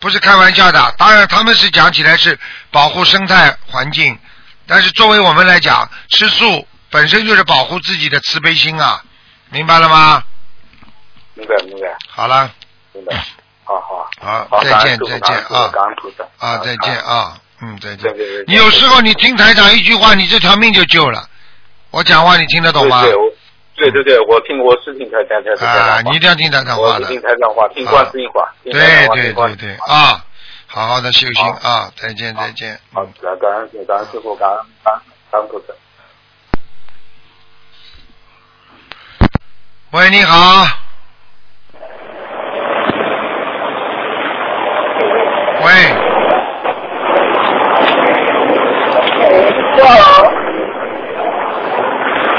Speaker 1: 不是开玩笑的。当然，他们是讲起来是保护生态环境，但是作为我们来讲，吃素本身就是保护自己的慈悲心啊，明白了吗？
Speaker 5: 明白明白
Speaker 1: 好了，
Speaker 5: 明白。好好
Speaker 1: 好
Speaker 5: 好，
Speaker 1: 再
Speaker 5: 感恩
Speaker 1: 见再
Speaker 5: 师傅
Speaker 1: 见啊
Speaker 5: 感恩菩萨
Speaker 1: 啊，再见
Speaker 5: 啊
Speaker 1: 啊，嗯，再见
Speaker 5: 对对对。
Speaker 1: 你有时候你听台长一句话，你这条命就救了。我讲话你听得懂吗
Speaker 5: 对？对我对对对，我听我是听台台台台
Speaker 1: 啊，
Speaker 5: 台
Speaker 1: 你一定要听台长
Speaker 5: 我
Speaker 1: 话
Speaker 5: 是
Speaker 1: 的。啊
Speaker 5: 听台长话，听观世音话，听台
Speaker 1: 对
Speaker 5: 长话，
Speaker 1: 对
Speaker 5: 听观
Speaker 1: 对
Speaker 5: 世
Speaker 1: 对
Speaker 5: 音话。
Speaker 1: 啊，好好的修心
Speaker 5: 好
Speaker 1: 啊，再见再见。
Speaker 5: 好，感恩感恩师傅，感恩感恩感恩菩萨。
Speaker 1: 喂，你好。喂，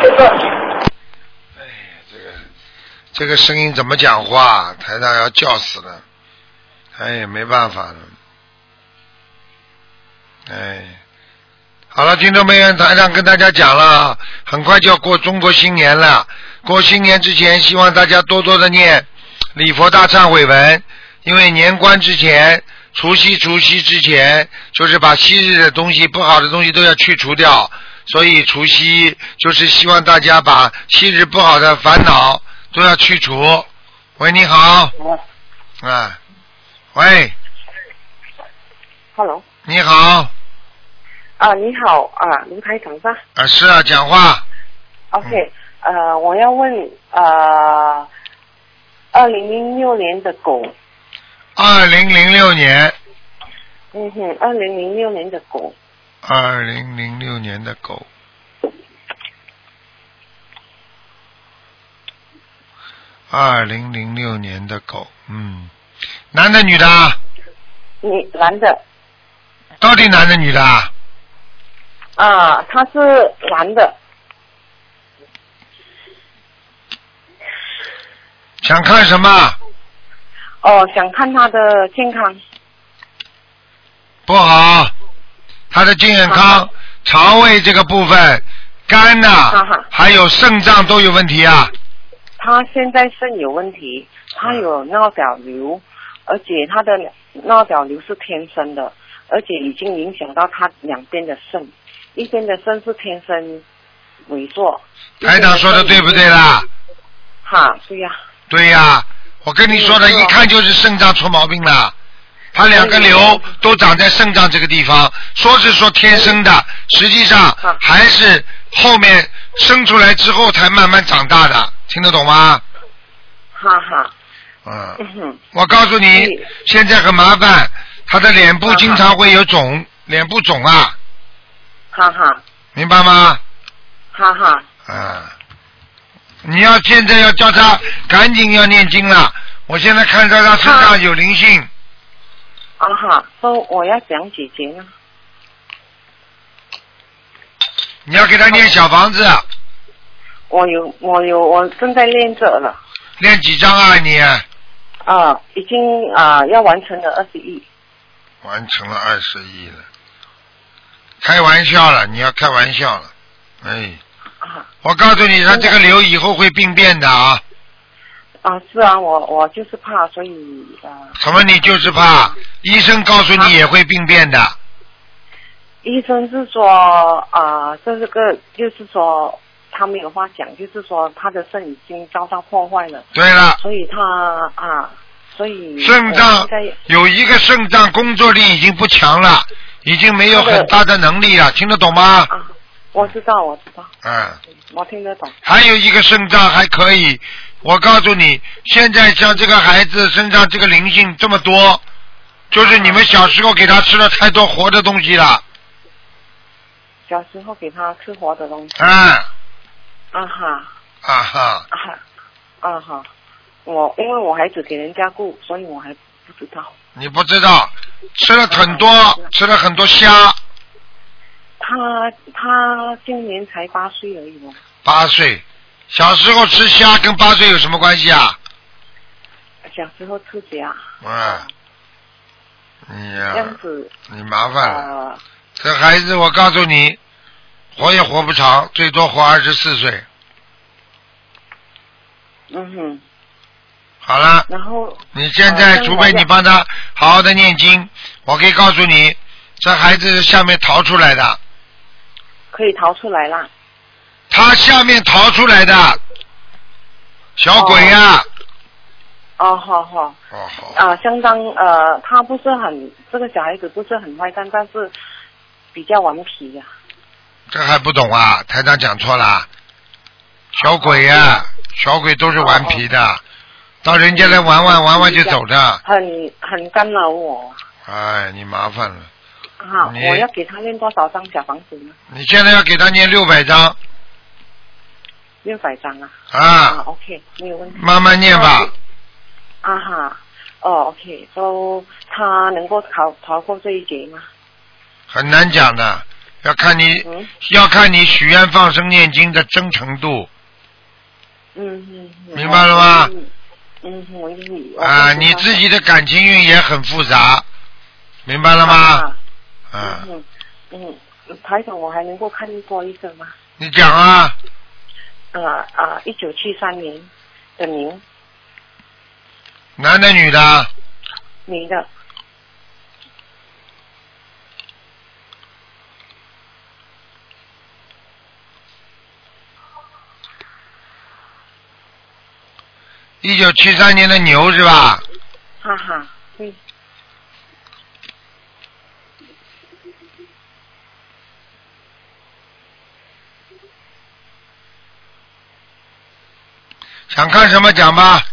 Speaker 1: 哎，这个这个声音怎么讲话？台上要叫死了，哎呀，没办法了，哎。好了，听众朋友们，台上跟大家讲了啊，很快就要过中国新年了。过新年之前，希望大家多多的念礼佛大忏悔文，因为年关之前，除夕除夕之前，就是把昔日的东西、不好的东西都要去除掉。所以除夕就是希望大家把昔日不好的烦恼都要去除。喂，你好，啊，喂，
Speaker 4: Hello，
Speaker 1: 你好，
Speaker 4: 啊，你好啊，卢台长吧
Speaker 1: 啊是啊，讲话，
Speaker 4: ？OK，、呃，我要问呃，二零零六年的狗，
Speaker 1: 二零零六年，
Speaker 4: 嗯哼，二零零六年的狗，
Speaker 1: 二零零六年的狗，二零零六年的狗，嗯，男的女的啊？
Speaker 4: 你男的
Speaker 1: 到底男的女的啊？
Speaker 4: 啊，他是男的，
Speaker 1: 想看什么？
Speaker 4: 哦，想看他的健康，
Speaker 1: 不好，他的健康、肠胃这个部分、肝啊呐、
Speaker 4: 哈哈
Speaker 1: 还有肾脏都有问题啊。
Speaker 4: 他现在肾有问题，他有脑绞瘤，而且他的脑绞瘤是天生的，而且已经影响到他两边的肾，一边的肾是天生萎缩。
Speaker 1: 台长说的对不对啦？
Speaker 4: 哈，对呀、
Speaker 1: 对呀、我跟你说的，
Speaker 4: 嗯
Speaker 1: 一看就是肾脏出毛病了。它两个瘤都长在肾脏这个地方，说是说天生的，实际上
Speaker 4: 嗯
Speaker 1: 还是后面生出来之后才慢慢长大的，听得懂吗？
Speaker 4: 哈哈，
Speaker 1: 嗯，
Speaker 4: 嗯哼，
Speaker 1: 我告诉你
Speaker 4: 嗯，
Speaker 1: 现在很麻烦，他的脸部
Speaker 4: 嗯
Speaker 1: 经常会有肿，脸部肿啊，
Speaker 4: 哈哈，
Speaker 1: 明白吗？
Speaker 4: 哈哈，
Speaker 1: 啊，你要现在要叫他赶紧要念经了，我现在看到他身上有灵性。
Speaker 4: 啊哈，说我要讲几节呢？
Speaker 1: 你要给他念小房子，
Speaker 4: 我有，我有，我正在练这了，
Speaker 1: 念几张啊你？
Speaker 4: 啊，已经啊要完成了二十一，
Speaker 1: 完成了二十亿了，开玩笑了，你要开玩笑了，哎，
Speaker 4: 啊
Speaker 1: 我告诉你，他这个瘤以后会病变的啊，
Speaker 4: 啊是啊，我我就是怕，所以啊。
Speaker 1: 什么你就是怕，医生告诉你也会病变的，
Speaker 4: 医生是说啊、呃这是个就是说他没有话讲，就是说他的肾已经遭到破坏了，
Speaker 1: 对了。
Speaker 4: 所以他啊，所以呃
Speaker 1: 肾
Speaker 4: 我
Speaker 1: 脏
Speaker 4: 现
Speaker 1: 有一个肾脏工作力已经不强了，已经没有很大的能力了，听得懂吗
Speaker 4: 在？啊，我知道我知道，
Speaker 1: 嗯，
Speaker 4: 我听得懂
Speaker 1: 还有一个肾脏还可以，我告诉你，现在像这个孩子身上这个灵性这么多，就是你们小时候给他吃了太多活的东西了，
Speaker 4: 小时候给他吃活的东西
Speaker 1: 啊
Speaker 4: 啊哈
Speaker 1: 啊哈，
Speaker 4: 啊哈啊哈，我因为我孩子给人家顾，所以我还不知道
Speaker 1: 你不知道，吃了很多，吃了很多虾，
Speaker 4: 他他今年才八岁而已哦，
Speaker 1: 八岁，小时候吃虾跟八岁有什么关系啊？
Speaker 4: 小时候自己啊
Speaker 1: 啊，你呀、
Speaker 4: 这样子
Speaker 1: 你麻烦了。
Speaker 4: 嗯啊。
Speaker 1: 这孩子，我告诉你，活也活不长，最多活二十四岁。
Speaker 4: 嗯哼，
Speaker 1: 好了，
Speaker 4: 然后
Speaker 1: 你现在
Speaker 4: 哦那
Speaker 1: 除非
Speaker 4: 我
Speaker 1: 你
Speaker 4: 要
Speaker 1: 帮他好好的念经，我可以告诉你，这孩子是下面逃出来的，
Speaker 4: 可以逃出来啦。
Speaker 1: 他下面逃出来的，小鬼呀、
Speaker 4: 哦，好好。
Speaker 1: 哦，好。
Speaker 4: 啊、相当呃，他不是很这个小孩子不是很坏蛋，但是比较顽皮啊呀、
Speaker 1: 这还不懂啊？台长讲错啦，小鬼呀、
Speaker 4: 哦
Speaker 1: 小鬼都是顽皮的，到人家来玩玩玩玩就走的，
Speaker 4: 很很干扰我。
Speaker 1: 哎，你麻烦了。
Speaker 4: 哈、
Speaker 1: 你
Speaker 4: 我要给他练多少张小房子呢？
Speaker 1: 你现在要给他念六百章
Speaker 4: 六百张啊。
Speaker 1: 啊，
Speaker 4: ，OK，没有问题。
Speaker 1: 慢慢念吧。
Speaker 4: 啊哈，哦，OK，so, 他能够逃逃过这一劫吗？
Speaker 1: 很难讲的，要看你
Speaker 4: 嗯
Speaker 1: 要看你许愿放生念经的真程度
Speaker 4: 嗯嗯。嗯
Speaker 1: 明白了吗？
Speaker 4: 嗯，我英语。我
Speaker 1: 啊、
Speaker 4: 不知道
Speaker 1: 你自己的感情运也很复杂，明白了吗？
Speaker 4: 啊
Speaker 1: 啊，
Speaker 4: 嗯嗯，台长，我还能够看多一个吗？
Speaker 1: 你讲啊，
Speaker 4: 呃啊，一九七三年的牛，
Speaker 1: 男的女的，
Speaker 4: 女的，
Speaker 1: 一九七三年的牛是吧？
Speaker 4: 哈哈，嗯对，
Speaker 1: 想看什么讲吧，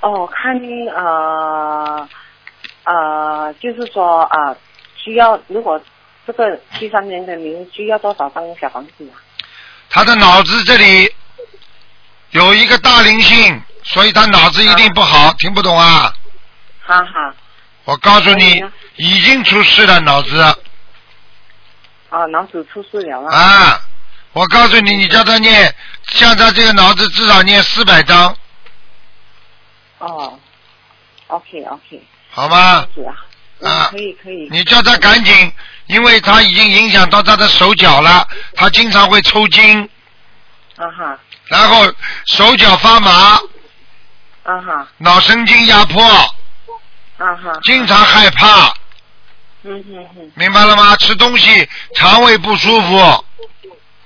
Speaker 4: 哦，看呃呃，就是说啊、呃需要如果这个七三年的牛需要多少张小房子啊？
Speaker 1: 他的脑子这里有一个大灵性，所以他脑子一定不好，听不懂啊？
Speaker 4: 哈哈，
Speaker 1: 我告诉
Speaker 4: 所以
Speaker 1: 你
Speaker 4: 呢，
Speaker 1: 已经出事了，脑子。
Speaker 4: 啊，脑子出事了啊！
Speaker 1: 啊，我告诉你，你叫他念，像他这个脑子至少念四百张，
Speaker 4: 哦，OK OK，
Speaker 1: 好
Speaker 4: 这
Speaker 1: 吗
Speaker 4: 样？子啊，
Speaker 1: 啊
Speaker 4: 嗯，可以可以，
Speaker 1: 你叫他赶紧，因为他已经影响到他的手脚了，他经常会抽筋，
Speaker 4: 啊哈
Speaker 1: 然后手脚发麻，
Speaker 4: 啊哈
Speaker 1: 脑神经压迫，
Speaker 4: 啊哈，
Speaker 1: 经常害怕，
Speaker 4: 嗯哼哼，
Speaker 1: 明白了吗？吃东西肠胃不舒服。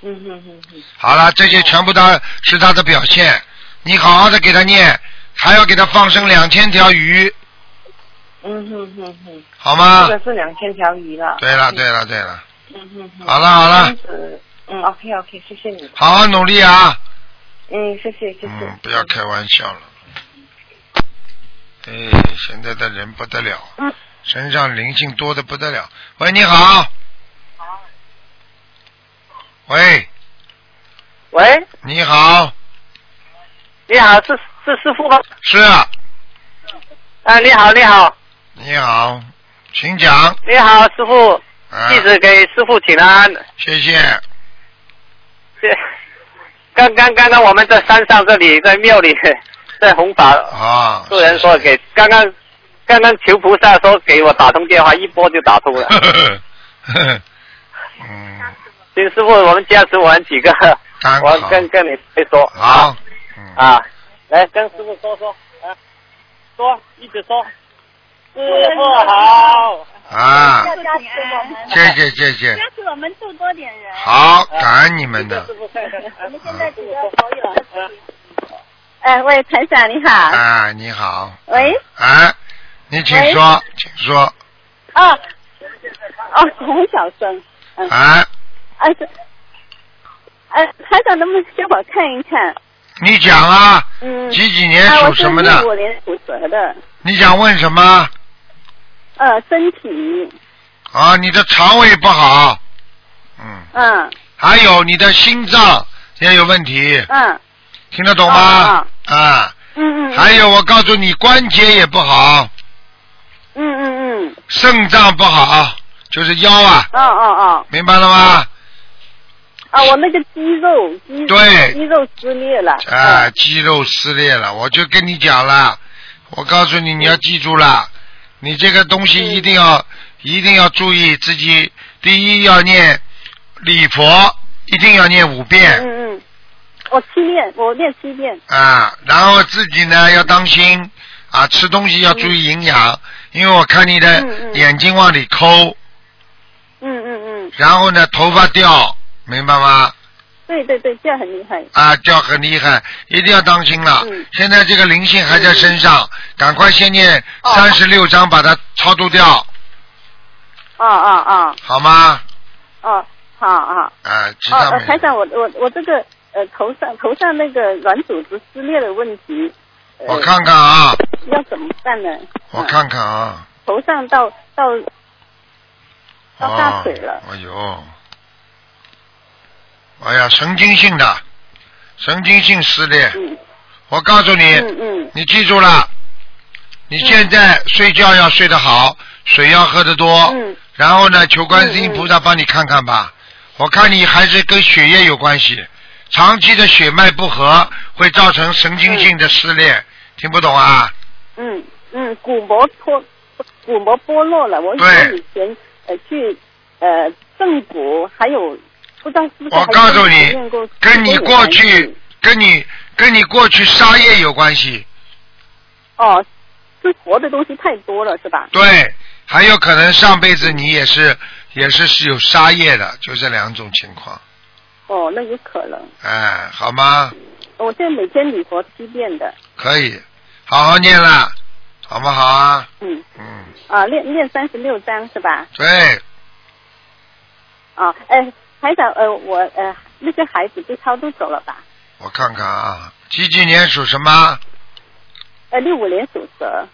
Speaker 4: 嗯哼哼哼，
Speaker 1: 好了，这些全部他是他的表现，你好好的给他念，还要给他放生两千条鱼，
Speaker 4: 嗯哼哼哼。
Speaker 1: 好吗
Speaker 4: 这？个是两千条鱼了。
Speaker 1: 对了，对了，对了，
Speaker 4: 嗯嗯嗯。
Speaker 1: 好了，好
Speaker 4: 这
Speaker 1: 了
Speaker 4: 样。子，嗯，OK OK，谢谢你。
Speaker 1: 好好努力啊！
Speaker 4: 嗯，谢谢谢谢。
Speaker 1: 嗯，不要开玩笑了。哎，现在的人不得了，身上灵性多的不得了。喂，你好。喂，
Speaker 3: 喂，
Speaker 1: 你好，
Speaker 3: 你好，是是师傅吗？
Speaker 1: 是
Speaker 3: 啊，你好，你好，
Speaker 1: 你好，请讲。
Speaker 3: 你好，师傅，
Speaker 1: 啊，
Speaker 3: 弟子给师傅请安。
Speaker 1: 谢谢。
Speaker 3: 这刚刚刚刚我们在山上这里，在庙里，在弘法，
Speaker 1: 啊，
Speaker 3: 有人说
Speaker 1: 谢谢。
Speaker 3: 给刚刚刚刚求菩萨说给我打通电话，一拨就打通了
Speaker 1: 呵呵嗯，
Speaker 3: 请师傅，我们加持我们几个，
Speaker 1: 刚
Speaker 3: 我
Speaker 1: 好，
Speaker 3: 跟跟你说。
Speaker 1: 好，嗯，
Speaker 3: 啊，来跟师傅说说啊，说一直说，
Speaker 6: 嗯
Speaker 3: 师傅好，
Speaker 1: 啊，
Speaker 6: 要加持我们，
Speaker 1: 谢谢谢谢，
Speaker 6: 加持我们度多点人。
Speaker 1: 好，感恩你们的
Speaker 3: 师傅看看。
Speaker 6: 我们现在只要所有。哎，喂，陈长你 好。
Speaker 1: 啊，你好。
Speaker 6: 喂。
Speaker 1: 啊，你请说，请说。
Speaker 6: 哦，哦，很小声。嗯
Speaker 1: 啊，
Speaker 6: 哎，这哎，台长能不能给我看一看？
Speaker 1: 你讲啊，
Speaker 6: 嗯。
Speaker 1: 几几年
Speaker 6: 啊，
Speaker 1: 属
Speaker 6: 我是
Speaker 1: 什么
Speaker 6: 一
Speaker 1: 的？
Speaker 6: 五年属蛇的，
Speaker 1: 你想问什么？
Speaker 6: 呃，身体，
Speaker 1: 啊，你的肠胃不好，嗯，
Speaker 6: 嗯
Speaker 1: 还有你的心脏也有问题，
Speaker 6: 嗯
Speaker 1: 听得懂吗
Speaker 6: 啊？
Speaker 1: 啊，
Speaker 6: 嗯嗯。
Speaker 1: 还有我告诉你，关节也不好，
Speaker 6: 嗯嗯嗯，
Speaker 1: 肾脏不好，就是腰啊，
Speaker 6: 哦哦哦，
Speaker 1: 明白了吗？
Speaker 6: 啊，我那个肌肉肌肉
Speaker 1: 对
Speaker 6: 肌肉撕裂了。
Speaker 1: 啊，肌肉撕裂了，我就跟你讲了，我告诉你，你要记住了，你这个东西
Speaker 6: 嗯
Speaker 1: 一定要、一定要注意自己，第一要念礼佛，一定要念五遍、
Speaker 6: 嗯嗯，我七遍，我练七遍。
Speaker 1: 啊，然后自己呢要当心啊，吃东西要注意营养，因为我看你的
Speaker 6: 嗯嗯
Speaker 1: 眼睛往里抠，
Speaker 6: 嗯嗯嗯
Speaker 1: 然后呢头发掉，明白吗？
Speaker 6: 对对对，这样很厉害。
Speaker 1: 啊，叫很厉害，一定要当心了。
Speaker 6: 嗯
Speaker 1: 现在这个灵性还在身上，赶快先念
Speaker 6: 哦
Speaker 1: 三十六章，把它超度掉，
Speaker 6: 啊啊啊
Speaker 1: 好吗？
Speaker 6: 啊，好啊。
Speaker 1: 啊，知
Speaker 6: 哦，
Speaker 1: 道
Speaker 6: 呃
Speaker 1: 没？
Speaker 6: 台长，我我我这个呃头上头上那个软组织撕裂的问题，呃、
Speaker 1: 我看看啊，
Speaker 6: 要怎么办呢？
Speaker 1: 我
Speaker 6: 嗯、
Speaker 1: 看看啊。
Speaker 6: 头上到到到大
Speaker 1: 哦
Speaker 6: 腿了，
Speaker 1: 哎呦，哎呀，神经性的，神经性撕裂。
Speaker 6: 嗯
Speaker 1: 我告诉你，
Speaker 6: 嗯嗯
Speaker 1: 你记住了，你现在睡觉要睡得好，水要喝得多，
Speaker 6: 嗯
Speaker 1: 然后呢，求观世音菩萨帮你看看吧。我看你还是跟血液有关系，长期的血脉不和会造成神经性的撕裂，听不懂啊？
Speaker 6: 嗯嗯，骨膜脱骨膜剥落了，我我
Speaker 1: 对
Speaker 6: 以前呃去呃正骨还有。不知道是不是
Speaker 1: 我
Speaker 6: 还
Speaker 1: 告诉
Speaker 6: 有
Speaker 1: 你
Speaker 6: 练过骨
Speaker 1: 跟你
Speaker 6: 有
Speaker 1: 过
Speaker 6: 关
Speaker 1: 去
Speaker 6: 系
Speaker 1: 跟你跟你过去杀业有关系，
Speaker 6: 哦，是活的东西太多了是吧？
Speaker 1: 对，还有可能上辈子你也是也是是有杀业的，就这两种情况，
Speaker 6: 哦，那有可能。
Speaker 1: 哎，好吗？
Speaker 6: 我现在每天礼佛七遍的，
Speaker 1: 可以，好好念啦，好不好啊？
Speaker 6: 嗯，
Speaker 1: 嗯，
Speaker 6: 啊，练练三十六章是吧？
Speaker 1: 对，
Speaker 6: 啊，哎，台长，呃，我呃那个孩子被超度走了吧？
Speaker 1: 我看看啊，几几年属什么？
Speaker 6: 呃，六五年属蛇，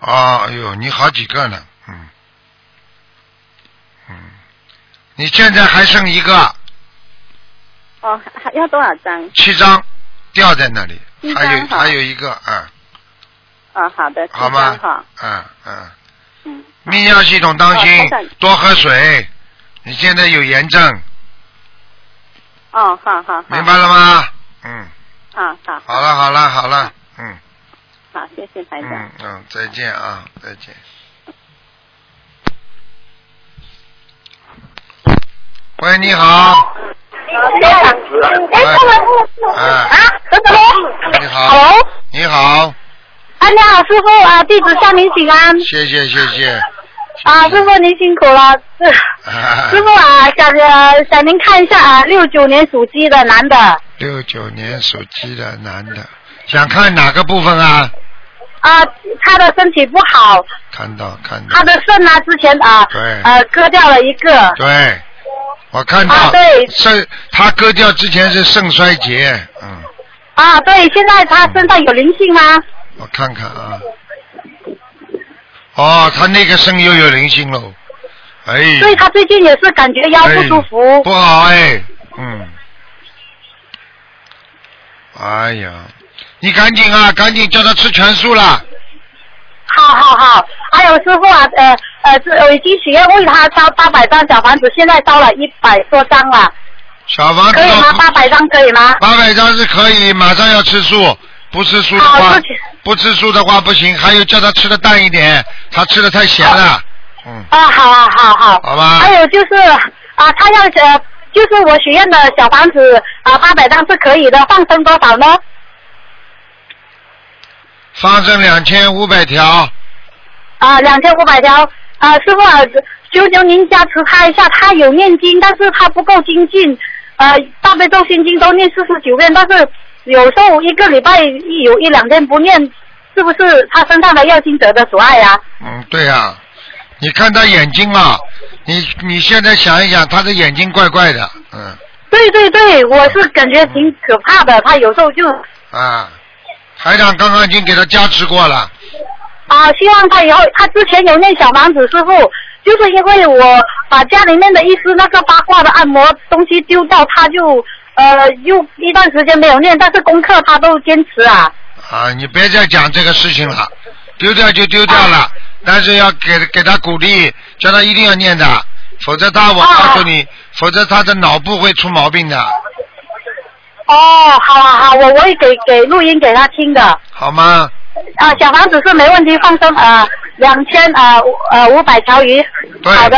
Speaker 1: 哦，哎呦，你好几个呢，嗯，嗯，你现在还剩一个，
Speaker 6: 哦，还还要多少张？
Speaker 1: 七张掉在那里，
Speaker 6: 七张
Speaker 1: 还有
Speaker 6: 好
Speaker 1: 还有一个，啊、
Speaker 6: 啊，好的，
Speaker 1: 好
Speaker 6: 七张
Speaker 1: 吗
Speaker 6: 哈，？
Speaker 1: 嗯嗯，
Speaker 6: 嗯，
Speaker 1: 泌尿系统当
Speaker 6: 哦
Speaker 1: 心
Speaker 6: 台长，
Speaker 1: 多喝水，你现在有炎症，
Speaker 6: 哦，好好，好
Speaker 1: 明白，了吗？嗯，
Speaker 6: 啊，好，
Speaker 1: 好了好了好了，嗯
Speaker 6: 好，谢谢台长。
Speaker 1: 嗯嗯，再见啊，再见。喂，你好。啊，你好，
Speaker 7: Hello，
Speaker 1: 你好，
Speaker 7: 啊，你好，师傅啊，弟子向您请安
Speaker 1: 谢谢谢谢。
Speaker 7: 啊，师傅您辛苦了。是师傅啊，想呃想您看一下啊，六九年属鸡的男的啊
Speaker 1: 六九年属鸡的男的，想看哪个部分啊？
Speaker 7: 啊，他的身体不好，
Speaker 1: 看到看到
Speaker 7: 他，的肾啊之前啊
Speaker 1: 对
Speaker 7: 呃割掉了一个
Speaker 1: 对，我看到
Speaker 7: 啊，对
Speaker 1: 肾，他割掉之前是肾衰竭，嗯，
Speaker 7: 啊，对，现在他身上有灵性吗？
Speaker 1: 我看看啊。哦，他那个肾又有灵性喽，哎，
Speaker 7: 所以他最近也是感觉腰不舒服。
Speaker 1: 哎不好哎，嗯，哎呀，你赶紧啊，赶紧叫他吃全素啦，
Speaker 7: 好好好，还有师傅啊，呃呃，是我已经许愿为他烧八百张小房子，现在烧了一百多张了，
Speaker 1: 小房子
Speaker 7: 可以
Speaker 1: 要
Speaker 7: 吗？八百张可以吗？
Speaker 1: 八百张是可以，马上要吃素，不吃素的
Speaker 7: 好
Speaker 1: 话
Speaker 7: 不吃，
Speaker 1: 不吃素的话不行，还有叫他吃的淡一点，他吃的太咸了，嗯，
Speaker 7: 啊，好好好好。
Speaker 1: 好吧
Speaker 7: 还有就是啊，他要呃，就是我许愿的小房子啊，八百张是可以的，放生多少呢？
Speaker 1: 放生两千五百条，
Speaker 7: 啊，两千五百条。啊，师傅啊，求求您加持他一下，他有念经，但是他不够精进。呃，大悲咒、心经都念四十九遍，但是有时候一个礼拜一有一两天不念，是不是他身上的药精者的阻碍啊？
Speaker 1: 嗯，对呀、啊，你看他眼睛啊，你你现在想一想，他的眼睛怪怪的，嗯
Speaker 7: 对对对，我是感觉挺可怕的，他有时候就
Speaker 1: 啊，台长刚刚已经给他加持过了，
Speaker 7: 啊，希望他以后，他之前有念小房子师傅，就是因为我把家里面的一丝那个八卦的按摩东西丢掉，他就呃又一段时间没有念，但是功课他都坚持啊。
Speaker 1: 啊，你别再讲这个事情了，丢掉就丢掉
Speaker 7: 啊
Speaker 1: 了，但是要给给他鼓励，叫他一定要念的，否则他我告诉你，否则他的脑部会出毛病的，
Speaker 7: 哦，好好好，我我会给给录音给他听的。
Speaker 1: 好吗？
Speaker 7: 啊，小房子是没问题，放生啊，两千啊五呃五百条鱼。
Speaker 1: 对
Speaker 7: 好的。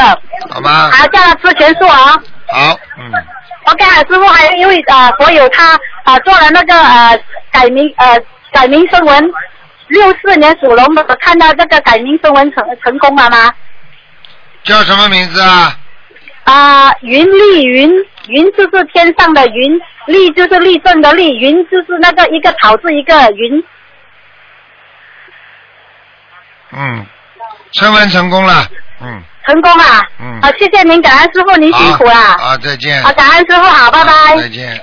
Speaker 1: 好吗
Speaker 7: 好，叫他吃全素啊。
Speaker 1: 好，嗯，
Speaker 7: OK，师傅还有因为呃，我有他啊、呃做了那个呃改名呃改名声纹六四年属龙的，看到这个改名声纹成成功了吗？
Speaker 1: 叫什么名字啊？
Speaker 7: 啊、云丽云云就是天上的云，丽就是立正的立，云就是那个一个草字一个云。
Speaker 1: 嗯，升温成功了。嗯，
Speaker 7: 成功啊！
Speaker 1: 嗯
Speaker 7: 好，谢谢您，感恩师傅，您辛苦了。
Speaker 1: 好啊，再见。
Speaker 7: 好，感恩师傅，好，拜拜。
Speaker 1: 再见。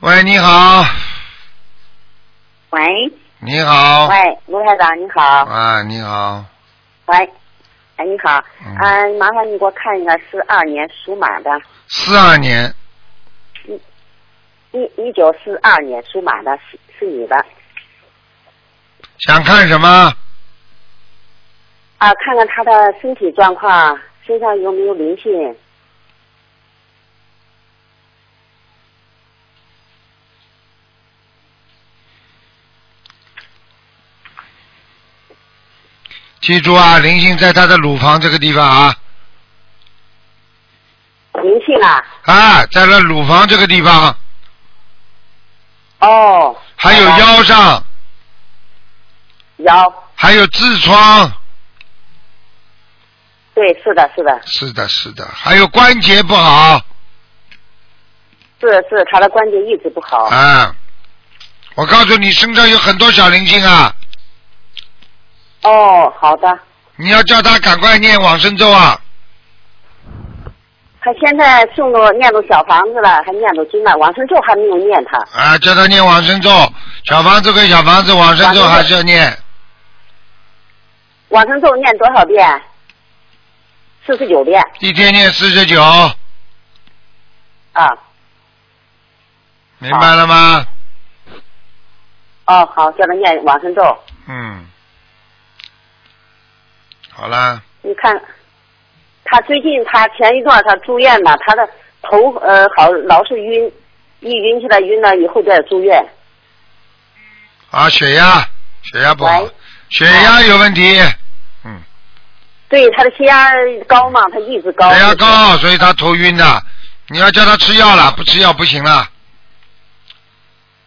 Speaker 1: 喂，你好，
Speaker 8: 喂，
Speaker 1: 你好，
Speaker 8: 喂，卢台长你好，
Speaker 1: 啊，你好，
Speaker 8: 喂，哎你好，
Speaker 1: 嗯
Speaker 8: 嗯、麻烦你给我看一个四二年属马的，
Speaker 1: 四二年
Speaker 8: 一一九四二年属马的是是你的
Speaker 1: 想看什么？
Speaker 8: 啊，看看他的身体状况，身上有没有灵性？
Speaker 1: 记住啊，灵性在他的乳房这个地方啊，
Speaker 8: 灵性啊，
Speaker 1: 啊，在了乳房这个地方，
Speaker 8: 哦，
Speaker 1: 还有腰上，
Speaker 8: 腰，
Speaker 1: 还有痔疮，
Speaker 8: 对，是的，是的，
Speaker 1: 是的，是的，还有关节不好，
Speaker 8: 是是，他的关节一直不好，
Speaker 1: 啊，我告诉你，身上有很多小灵性啊，
Speaker 8: 哦，好的，
Speaker 1: 你要叫他赶快念往生咒啊，
Speaker 8: 他现在送了念着小房子了，还念着经了，往生咒还没有念他，
Speaker 1: 啊，叫他念往生咒，小房子归小房子，往生咒还是要念，
Speaker 8: 往生咒念多少遍？四十九遍
Speaker 1: 一天念四十九，
Speaker 8: 啊。
Speaker 1: 明白了吗？
Speaker 8: 哦，好，叫他念往生咒。
Speaker 1: 嗯，好啦，
Speaker 8: 你看，他最近他前一段他住院了，他的头呃好老是晕，一晕起来晕了以后再住院。
Speaker 1: 啊，血压，血压不好
Speaker 8: 喂，哦
Speaker 1: 血压有问题，
Speaker 8: 对，他的血压高嘛，他一直高。
Speaker 1: 血压。高，所以他头晕的，你要叫他吃药
Speaker 8: 嗯
Speaker 1: 了，不吃药不行了，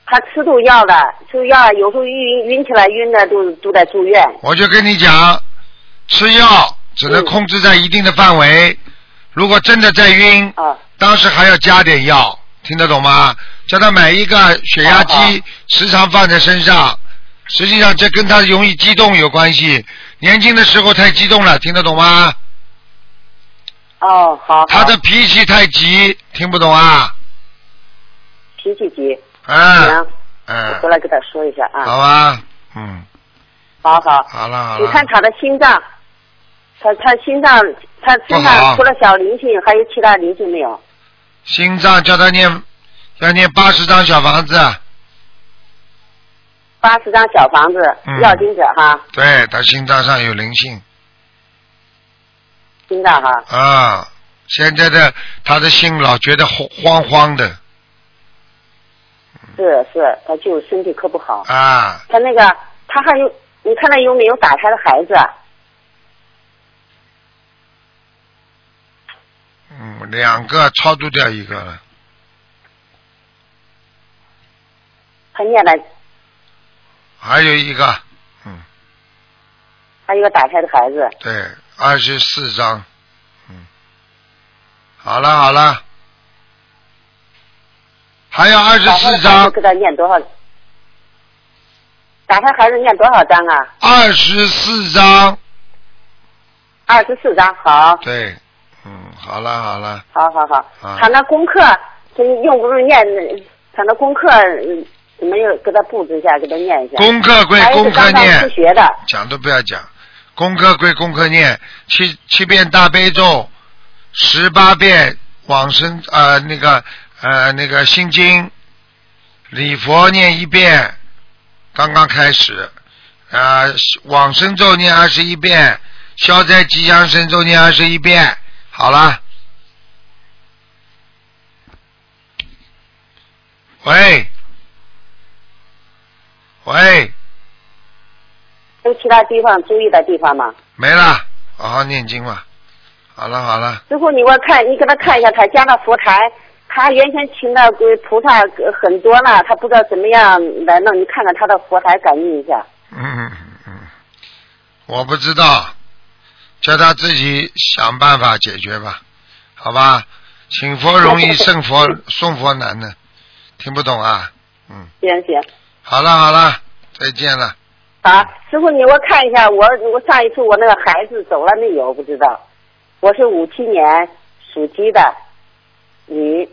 Speaker 8: 他吃都药了，吃药有时候晕晕起来晕了都都在住院。
Speaker 1: 我就跟你讲，吃药只
Speaker 8: 嗯
Speaker 1: 能控制在一定的范围，如果真的在晕，
Speaker 8: 啊
Speaker 1: 当时还要加点药，听得懂吗？叫他买一个血压
Speaker 8: 哦
Speaker 1: 机，时常放在身上。实际上这跟他容易激动有关系，年轻的时候太激动了，听得懂吗？
Speaker 8: 哦，好。好
Speaker 1: 他的脾气太急，听不懂啊？
Speaker 8: 脾气急，
Speaker 1: 嗯
Speaker 8: 行，我
Speaker 1: 嗯，
Speaker 8: 回来给他说一下
Speaker 1: 好
Speaker 8: 啊。
Speaker 1: 吧，嗯，
Speaker 8: 好好。
Speaker 1: 好啊了好
Speaker 8: 你看
Speaker 1: 了，
Speaker 8: 他的心脏，他他心脏，他身
Speaker 1: 不好
Speaker 8: 上除了小灵性，还有其他灵性没有？
Speaker 1: 心脏叫他念，要念八十张小房子，啊
Speaker 8: 八十张小房子
Speaker 1: 嗯，
Speaker 8: 要金者哈，
Speaker 1: 对他心脏上有灵性
Speaker 8: 心脏哈，
Speaker 1: 啊。现在的他的心老觉得慌慌慌的
Speaker 8: 是是，他就身体可不好。
Speaker 1: 啊，
Speaker 8: 他那个，他还有，你看他有没有打胎的孩子？啊
Speaker 1: 嗯，两个超度掉一个了，
Speaker 8: 他念了，
Speaker 1: 还有一个，嗯，
Speaker 8: 还有个打胎的孩子。
Speaker 1: 对，二十四张，嗯，好了好了，还有二十
Speaker 8: 打胎
Speaker 1: 四
Speaker 8: 的孩
Speaker 1: 张
Speaker 8: 子，给他念多少？打胎孩子念多少张啊？
Speaker 1: 二十四张，
Speaker 8: 二十四张，好，
Speaker 1: 对，嗯，好了好了，
Speaker 8: 好好好。
Speaker 1: 啊
Speaker 8: 他那功课，这用不着念，他那功课嗯怎么又给他布置一下，给他念一下。
Speaker 1: 功课归
Speaker 8: 孩
Speaker 1: 功
Speaker 8: 子
Speaker 1: 课
Speaker 8: 刚刚
Speaker 1: 念
Speaker 8: 自，学的，
Speaker 1: 讲都不要讲，功课归功课念，七七遍大悲咒，十八遍往生呃那个呃那个心经，礼佛念一遍，刚刚开始，呃往生咒念二十一遍，消灾吉祥神咒念二十一遍，好了。喂，喂，
Speaker 8: 有其他地方注意的地方吗？
Speaker 1: 没了，好好念经吧。好了好了，
Speaker 8: 师傅，你给我看，你给他看一下他家的佛台，他原先请的给菩萨呃很多呢，他不知道怎么样来弄，你看看他的佛台感应一下。
Speaker 1: 嗯嗯，我不知道，叫他自己想办法解决吧，好吧？请佛容 易胜佛送佛难呢，听不懂啊？嗯，
Speaker 8: 行行，
Speaker 1: 好了好了，再见了。
Speaker 8: 好，啊师傅你给我看一下，我我上一次我那个孩子走了没有？不知道，我是五七年属鸡的女，